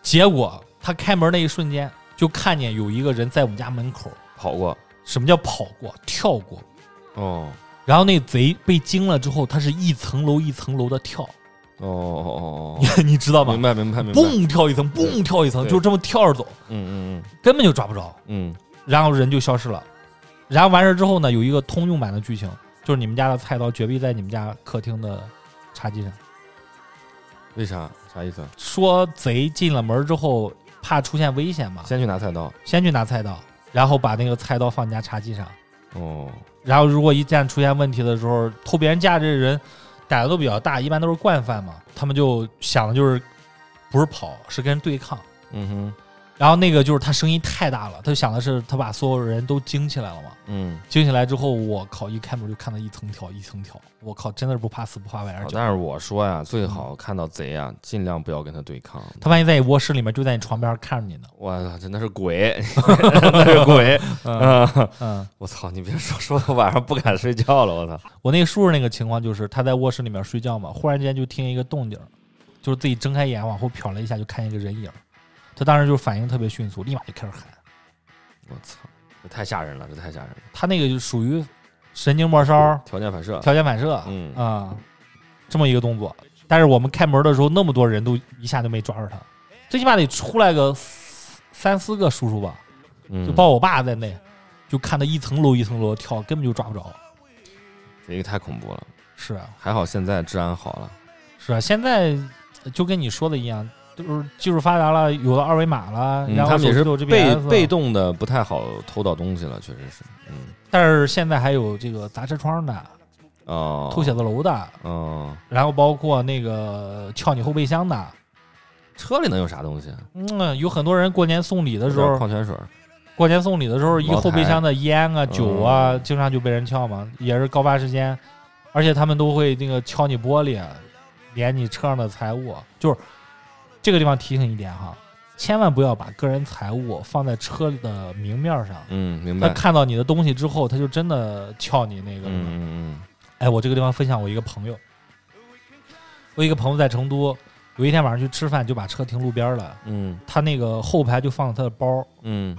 结果他开门那一瞬间就看见有一个人在我们家门口，跑过。什么叫跑过、跳过？哦然后那贼被惊了之后，他是一层楼一层楼的跳，哦哦哦 你你知道哦，吗明？白明白明白。嘣跳一层，嘣跳一层，对就这么跳着走，嗯嗯根本就抓不着，嗯然后人就消失了。然后完事之后呢，有一个通用版的剧情，就是你们家的菜刀绝壁在你们家客厅的茶几上。嗯，为啥？啥意思？说贼进了门之后，怕出现危险嘛，先去拿菜刀。先去拿菜刀，然后把那个菜刀放你家茶几上。哦，然后如果一旦出现问题的时候，偷别人家这人胆子都比较大，一般都是惯犯嘛，他们就想的就是不是跑，是跟人对抗。嗯哼，然后那个就是他声音太大了，他就想的是他把所有人都惊起来了嘛。嗯，惊起来之后，我靠！一开门就看到一层跳一层跳，我靠！真的是不怕死不怕崴而好且但是我说呀，最好看到贼啊，尽量不要跟他对抗。他万一在你卧室里面，就在你床边看着你呢。我操，真的是鬼，那是鬼啊！嗯，我操，你别说，说到晚上不敢睡觉了，我操！我那个叔叔那个情况就是他在卧室里面睡觉嘛，忽然之间就听一个动静儿，就是自己睁开眼往后瞟了一下，就看见一个人影儿。他当时就反应特别迅速，立马就开始喊。我操，这太吓人了，这太吓人了，他那个就属于神经末梢、条件反射。条件反射，嗯啊、这么一个动作。但是我们开门的时候，那么多人都一下就没抓住他，最起码得出来个四三四个叔叔吧，嗯，就包我爸在内，就看他一层楼一层楼跳，根本就抓不着。这个太恐怖了。是啊，还好现在治安好了。是啊，现在呃就跟你说的一样，就是技术发达了，有了二维码了，嗯然后他们也是手机都有被 GPS 了被，动的不太好偷到东西了，确实是。嗯，但是现在还有这个砸车窗的、哦，偷写字楼的，哦，然后包括那个撬你后备箱的。车里能有啥东西？嗯，有很多人过年送礼的时有点候，矿泉水儿。过年送礼的时候，一嗯茅台后备箱的烟啊、嗯酒啊，经常就被人撬嘛，也是高发时间，而且他们都会那个敲你玻璃，连你车上的财物。就是这个地方提醒一点哈，千万不要把个人财物放在车的明面上。嗯，明他白。看到你的东西之后，他就真的撬你那嗯个。嗯哎，我这个地方分享我一个朋友，我一个朋友在成都，有一天晚上去吃饭，就把车停路边儿了。嗯他那个后排就放了他的包。嗯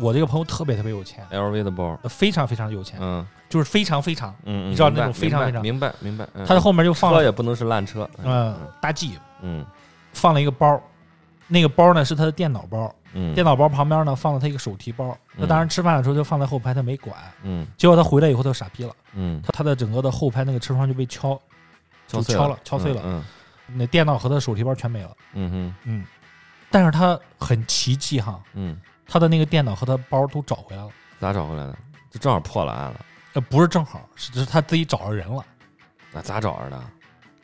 我这个朋友特别特别有钱，嗯，LV 的包儿。呃非常非常有钱，嗯就是非常非常。嗯，嗯你知道那明白种非常非常明白明白。明白他的后面就放车了也不能是烂车。嗯大 G，嗯放了一个包，那个包呢是他的电脑包，嗯，电脑包旁边呢放了他一个手提包。他当时吃饭的时候就放在后排，他没管。嗯结果他回来以后，他就傻逼了，嗯，他他的整个的后排那个车窗就被敲，就碎敲了敲碎了嗯那电脑和他的手提包全没了。嗯嗯嗯，但是他很奇迹哈，嗯，他的那个电脑和他包都找回来了。咋找回来的？这正好破了案了。呃，不是正好，是是他自己找着人了。那咋找着的？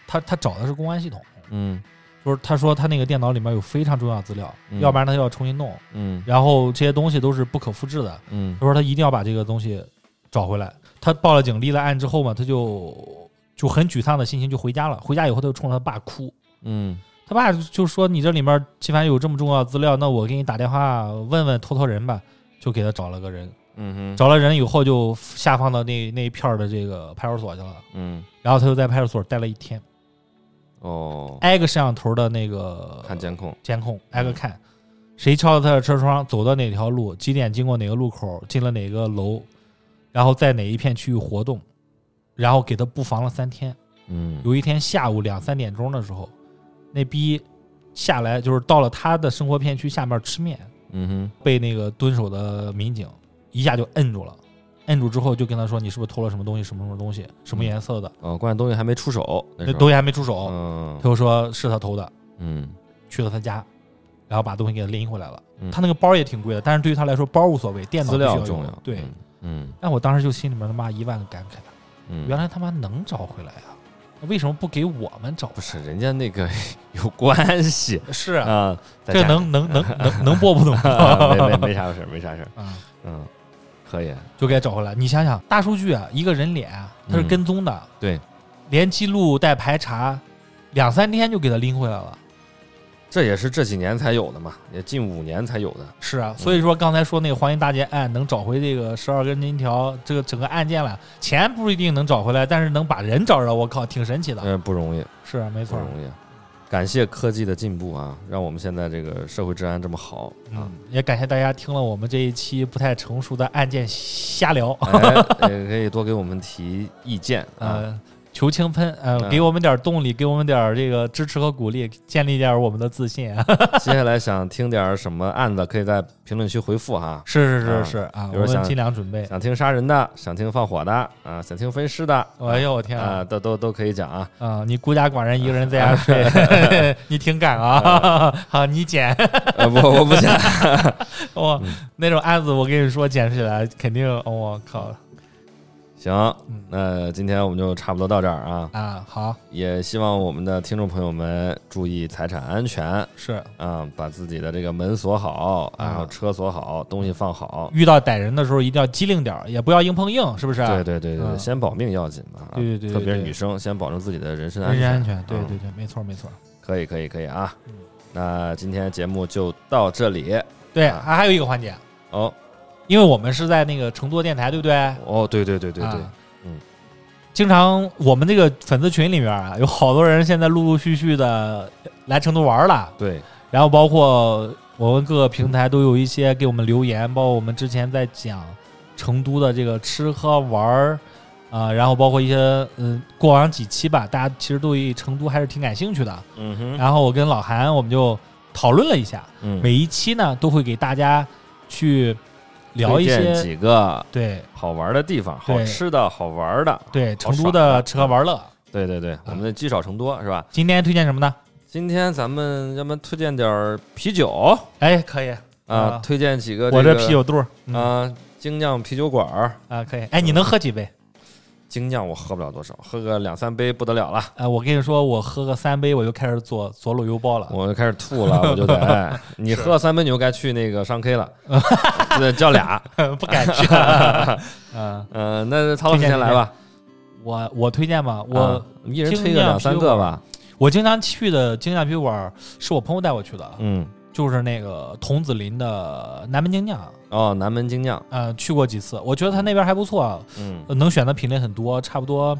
他他找的是公安系统，嗯就是他说他那个电脑里面有非常重要的资料，嗯要不然他要重新弄。嗯然后这些东西都是不可复制的，嗯他说他一定要把这个东西找回来。他报了警，立了案 之后嘛，他就就很沮丧的心情就回家了。回家以后，他就冲着他爸哭。嗯他爸就说你这里面既然有这么重要的资料，那我给你打电话问问托托人吧，就给他找了个人，嗯哼，找了人以后就下放到那那一片儿的这个派出所去了，嗯，然后他就在派出所待了一天，哦，挨个摄像头的那个看监控，监控挨个看，谁敲了他的车窗，走到哪条路，几点经过哪个路口，进了哪个楼，然后在哪一片区域活动，然后给他布防了三天。嗯，有一天下午两三点钟的时候，那逼下来就是到了他的生活片区下面吃面，嗯被那个蹲守的民警一下就摁住了。摁住之后就跟他说：“你是不是偷了什么东西？什么什么东西？什么颜色的？哼，哦，关键东西还没出手，那那时候东西还没出手。嗯他就说：“是他偷的。”嗯去了他家，然后把东西给他拎回来了。嗯他那个包也挺贵的，但是对于他来说包无所谓，电脑资料必须要有重要，对，嗯嗯但我当时就心里面他妈一万个感慨，嗯，原来他妈能找回来啊，为什么不给我们找？不是人家那个有关系是啊，啊，在这家能能 能能能播不能啊没没 播没啥事儿，没啥事儿，啊，嗯，可以，就该找回来。你想想，大数据啊，一个人脸啊，他是嗯跟踪的，对，连记录带排查，两三天就给他拎回来了。这也是这几年才有的嘛，也近五年才有的，是啊，所以说刚才说那个黄金大劫案能找回这个十二根金条，这个整个案件了，钱不一定能找回来，但是能把人找着，我靠，挺神奇的。嗯，不容易，是啊，没不错，容易。感谢科技的进步啊，让我们现在这个社会治安这么好啊嗯！，也感谢大家听了我们这一期不太成熟的案件瞎 聊，哎，也可以多给我们提意见啊！ 呃，求轻喷，呃，嗯给我们点动力，给我们点这个支持和鼓励，建立点我们的自信 啊！接下来想听点儿什么案子，可以在评论区回复哈。是是啊是是啊，比我如想们尽量准备。想听杀人的，想听放火的啊，想听分尸的，哎呦我天啊，啊！都都都可以讲啊。 啊，你孤家寡人一个人在嗯家睡， 你挺敢啊！ 好，你捡。呃，不，我不 讲。哇，哦嗯那种案子我跟你说，捡起来肯定，哦我、靠行嗯，那今天我们就差不多到这儿啊。啊！好，也希望我们的听众朋友们注意财产安全是啊，把自己的这个门锁好，啊嗯然后车锁好，东西放好。遇到逮人的时候一定要机灵点儿，也不要硬碰硬，是不是？对对对对，嗯先保命要紧嘛。啊对对对特别是对女生，先保证自己的人身安人身全。安全，对嗯对对，没错没错。可以可以可以啊嗯。那今天节目就到这里。对，啊还还有一个环节，哦因为我们是在那个乘坐电台，对不对？哦，对对对对对啊，嗯。经常我们这个粉丝群里面啊，有好多人现在陆陆续续的来成都玩了，对，然后包括我们各个平台都有一些给我们留言，包括我们之前在讲成都的这个吃喝玩儿啊、然后包括一些嗯过往几期吧，大家其实对成都还是挺感兴趣的。嗯哼，然后我跟老韩我们就讨论了一下，嗯每一期呢都会给大家呃去聊一推荐些几个对好玩的地方，好对吃的好玩的。对啊成都爽的的吃喝玩乐。对对对，我们的积少成多是吧？今天推荐什么呢？今天咱们要不然推荐点儿啤酒哎，可以，啊啊，推荐几个我这这啤酒肚儿个嗯啊，精酿啤酒馆儿，啊可以。哎，你能喝几杯？精酿我喝不了多少，喝个两三杯不得了了，啊，我跟你说，我喝个三杯我就开始左左搂右抱了。我就开始吐 了，我就得哎你喝三杯你就该去那个上 K 了，对，叫 俩，不敢去。嗯，嗯，那曹老师先来吧，我我推荐吧，我、啊一人推个两三个吧，我经常去的精酿啤酒馆是我朋友带我去的，嗯，就是那个童子林的南门精酿，哦，南门精酿，呃，去过几次，我觉得他那边还不错，啊嗯能选的品类很多，差不多。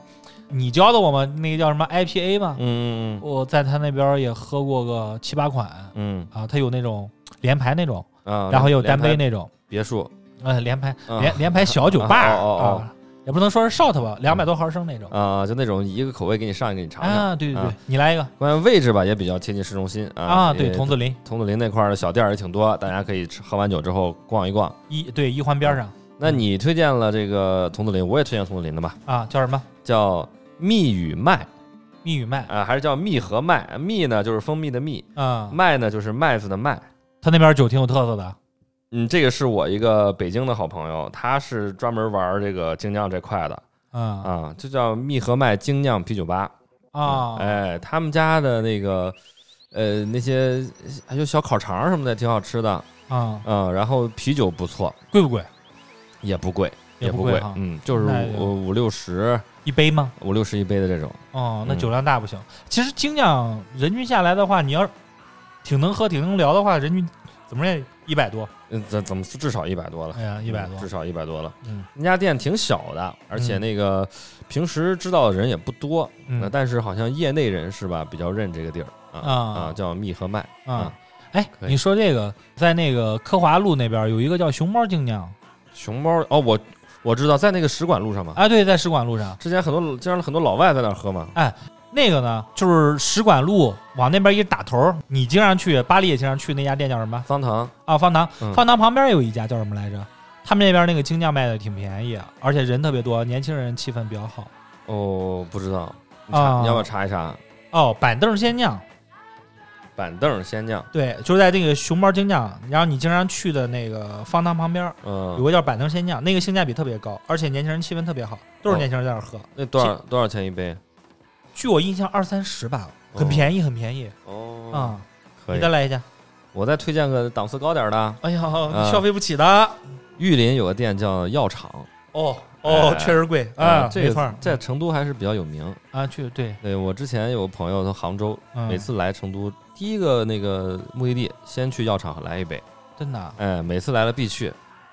你教的我们那个叫什么 IPA 嘛，嗯嗯我在他那边也喝过个七八款嗯啊，他有那种连排那种，嗯啊，然后也有单杯联排那种，别墅，呃，连排啊连连排小酒吧哦哦哦啊，也不能说是 shot 吧，两百多毫升那种。啊，就那种一个口味给你上一个，你尝尝。啊，对对对，啊你来一个关键位置吧也比较贴近市中心啊。啊，对，也童子林童子林那块儿的小店儿也挺多，大家可以吃喝完酒之后逛一逛。一对一环边上那你推荐了这个童子林，我也推荐童子林的吧，啊，叫什么？叫蜜与麦蜜语麦啊，还是叫蜜和麦？蜜呢就是蜂蜜的蜜，啊，麦呢就是麦子的麦。他那边酒挺有特色的嗯，这个是我一个北京的好朋友，他是专门玩这个精酿这块的啊啊，就叫蜜和麦精酿啤酒吧。啊，哎，他们家的那个，呃，那些还有小烤肠儿什么的，挺好吃的。啊，嗯，然后啤酒不错，贵不贵？也不贵，也不不贵贵哈，嗯，就是那就五五六十一杯吗？五六十一杯的这种，哦，那嗯酒量大不行。其实精酿人均下来的话，你要挺能喝、挺能聊的话，人均怎么着也一百多。嗯，怎怎么至少一百多了，哎呀，一百多至，少一百多了。嗯那家店挺小的，而且嗯那个平时知道的人也不多，那嗯但是好像业内人士吧比较认这个地儿啊啊啊，叫蜜和麦啊啊。哎，可以你说这个，在那个科华路那边有一个叫熊猫精酿啊熊猫哦，我我知道在那个使馆路上嘛，啊，对，在使馆路上。之前很多经常很多老外在那儿喝嘛，那个呢，就是使馆路往那边一打头儿，你经常去，巴黎也经常去那家店叫什么方糖啊？方糖嗯，方糖旁边有一家叫什么来着？他们那边那个精酿卖的挺便宜，啊而且人特别多，年轻人气氛比较好。哦，不知道，你啊查你要不要查一查？哦，板凳鲜酿，板凳鲜酿，对，就是在那个熊猫精酿，然后你经常去的那个方糖旁边儿有嗯，个叫板凳鲜酿，那个性价比特别高，而且年轻人气氛特别好，都是哦年轻人在那儿喝。那多少多少钱一杯？据我印象，二三十吧，很哦便宜，很便宜哦啊！可你以再。来一家，我再推荐个档次高点儿的，哎呀，你 消费不起的。嗯玉林有个店叫药厂哦哦哎，确实贵啊，啊，这没个错儿在成都还是比较有名。啊，去对，对我之前有个朋友从杭州，嗯每次来成都第一个那个目的地先去药厂来一杯，真的啊，哎，每次来了必去。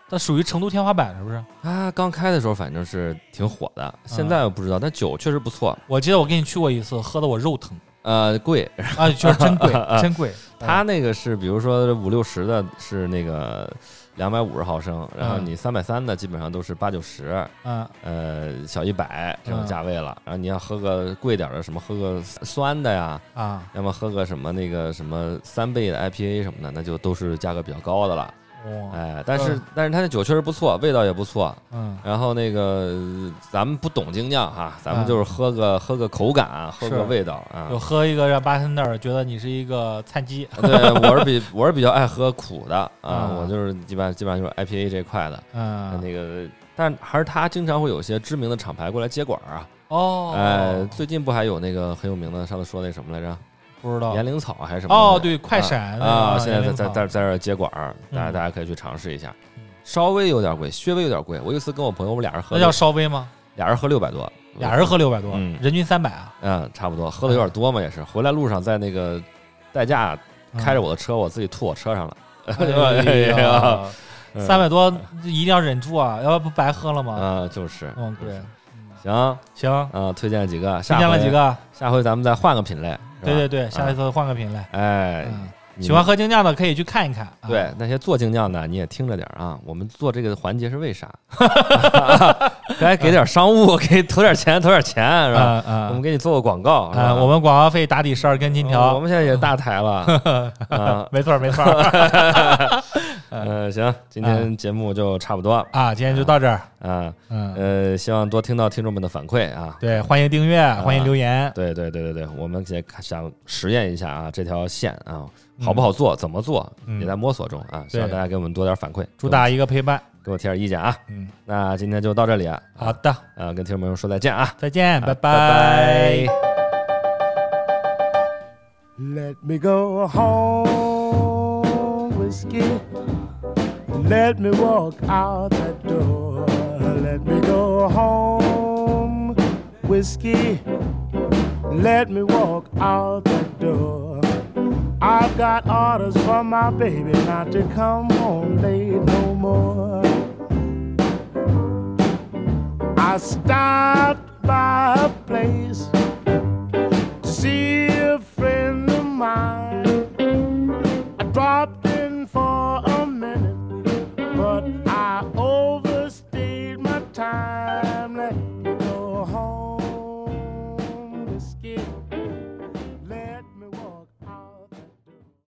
它属于成都天花板是不是？啊，刚开的时候反正是挺火的，现在我不知嗯道，但酒确实不错，我记得我跟你去过一次，喝的我 肉疼呃，贵。啊，就是 真贵，真贵。它那个是比如说五六十的是那个两百五十毫升，然后嗯你三百三的基本上都是八九十，嗯呃，小一百这种嗯价位了。然后你要喝个贵点儿的，什么喝个酸的呀，啊，要么喝个什么那个什么三倍的 IPA 什么的，那就都是价格比较高的了。哇，哎，但是嗯但是它那酒确实不错，味道也不错。嗯，然后那个呃咱们不懂精酿哈，咱们嗯就是喝个喝个口感，喝个是味道啊就。喝一个让巴森那儿觉得你是一个菜鸡， 对，我是比我是比较爱喝苦的啊，嗯我就是基本上基本上就是 IPA 这一块的。嗯，那个，但还是他经常会有一些知名的厂牌过来接管儿啊。哦，哎，最近不还有那个很有名的，上次说那什么来着？不知道岩灵草还是什么？哦，，对，快闪啊，现在在年龄在层在在这儿接管儿，大家嗯大家可以去尝试一下嗯，稍微有点贵，稍微有点贵。我有一次跟我朋友，我们俩人喝那六，叫烧杯吗？俩人喝六百多，俩人喝六百多，嗯人均三百啊，嗯，差不多，喝的有点多嘛，也是。回来路上在那个代驾开着我。我的车，我自己吐我车上了。嗯哎 呀嗯三百多一定要忍住啊，要不白喝了吗？啊，就是嗯，对，行啊，行，推荐几个，下推荐了回几，个，下回咱们再换个品类。是吧啊对对，对，下一次换个品类。哎，嗯，你们喜欢喝精酿的可以去看一看。啊对，那些做精酿的，你也听着点儿啊。我们做这个环节是为啥？ 该给点商务，给投点钱，投点钱是吧？啊啊我们给你做个广告是吧啊！我们广告费打底十二根金哦我条，们现在也大台了啊。没错儿没错儿 嗯，行，今天节目就差不多啊！今天就到这儿，啊。嗯，呃，希望多听到听众们的反馈啊。对，欢迎订阅，欢迎留言，对对对对对，我们也想实验一下啊，这条线啊，好不好做，怎么做，嗯也在摸索中啊。希望对大家给我们多点反馈，主打一个陪伴。给我提点意见啊。嗯，那今天就到这里啊，好的，呃，跟听众朋友说再见啊，再见，拜拜拜。 Let me go home, whiskey. Let me walk out that door. Let me go home, whiskey. Let me walk out that door. I've got orders from my baby not to come home late no more. I stopped by a place to see a friend of mine. I dropped